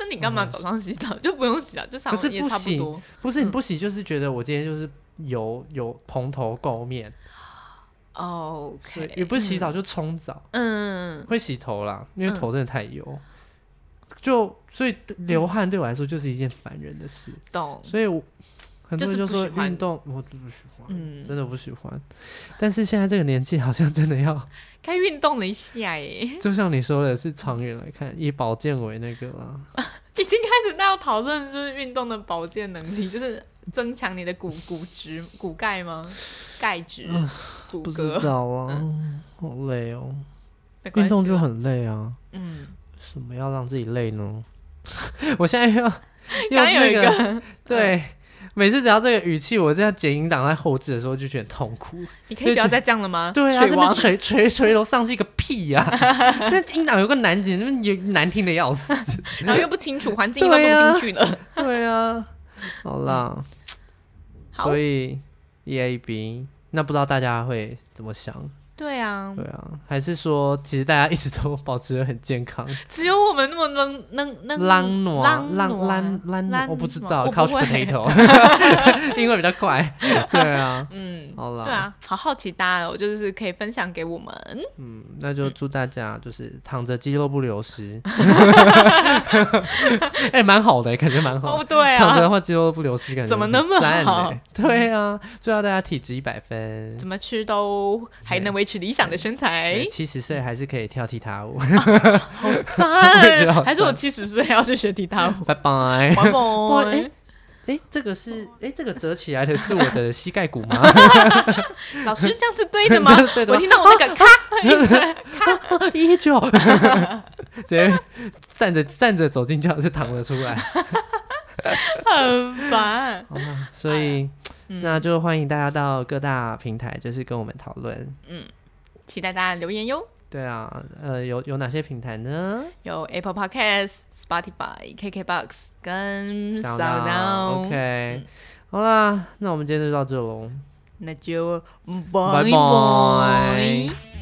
那你干嘛早上洗澡？ 就不用洗了，就上嗯可是也不差不洗多。不是你不洗，就是觉得我今天就是油有蓬头垢面，对哦 OK，也不洗澡就冲澡，嗯，会洗头啦，因为嗯头真的太油。就所以嗯流汗对我来说就是一件烦人的事，懂。所以我很多人就就是说不喜欢运动我都不喜欢，嗯真的不喜欢。但是现在这个年纪，好像真的要，该运动了一下耶， 就像你说的，是长远来看，以保健为那个啦。已经开始那要讨论就是运动的保健能力， 就是增强你的骨骨质、骨钙吗？钙质、骨不知骼，道啊，好累哦，嗯没运关系动就啦很累啊，嗯，什么要让自己累呢？ 我现在 要要刚有那一个个，对。每次只要这个语气，我这样剪音档在后置的时候就觉得很痛苦。你可以不要再这样了吗？对啊，啊水这王边垂垂垂楼上是一个屁 呀、啊！那音档有个难剪，那边有难听的要死。 然后又不清楚，环境又弄对啊不进去了。 对啊，好啦，嗯好所以 E A B，那不知道大家会怎么想？对啊对，啊，还是说其实大家一直都保持得很健康？只有我们那么能能能浪挪浪嗯浪浪浪挪，挪我不知道我不，couch 会 potato，因 为比较快。对啊，嗯，好对啦，啊，好好奇大家哦，就是可以分享给我们。嗯，那就祝大家就是躺着肌肉不流 失。哎，蛮好的，感觉蛮好的。哦，对躺着啊的，话，肌肉不流失，感觉怎么那么很赞好欸？对啊，祝大家体脂一百分。怎么吃都还能维持理想的身材， 七十岁还是可以跳踢踏 舞，好我觉得好赞！赞还是我七十岁要去学踢踏舞拜拜。哇，玩蹦 哎。哎，这个是哎，这个折起来的是我的膝盖骨 吗？？老师 这样是对的吗对的我吗？ 听到我那个咔一声，一九，直接站着站着走进教室，躺了出 来。很 烦。好嘛，所以、那就欢迎大家到各大平台，就是跟我们讨论。期待大家留言哟，对啊，呃，有有哪些平台呢？有 Apple Podcast、Spotify、KKBox 跟嗯 Sound 嗯 Sound On， On OK，、好嗯啦，那我们今天就到这喽。那就拜拜拜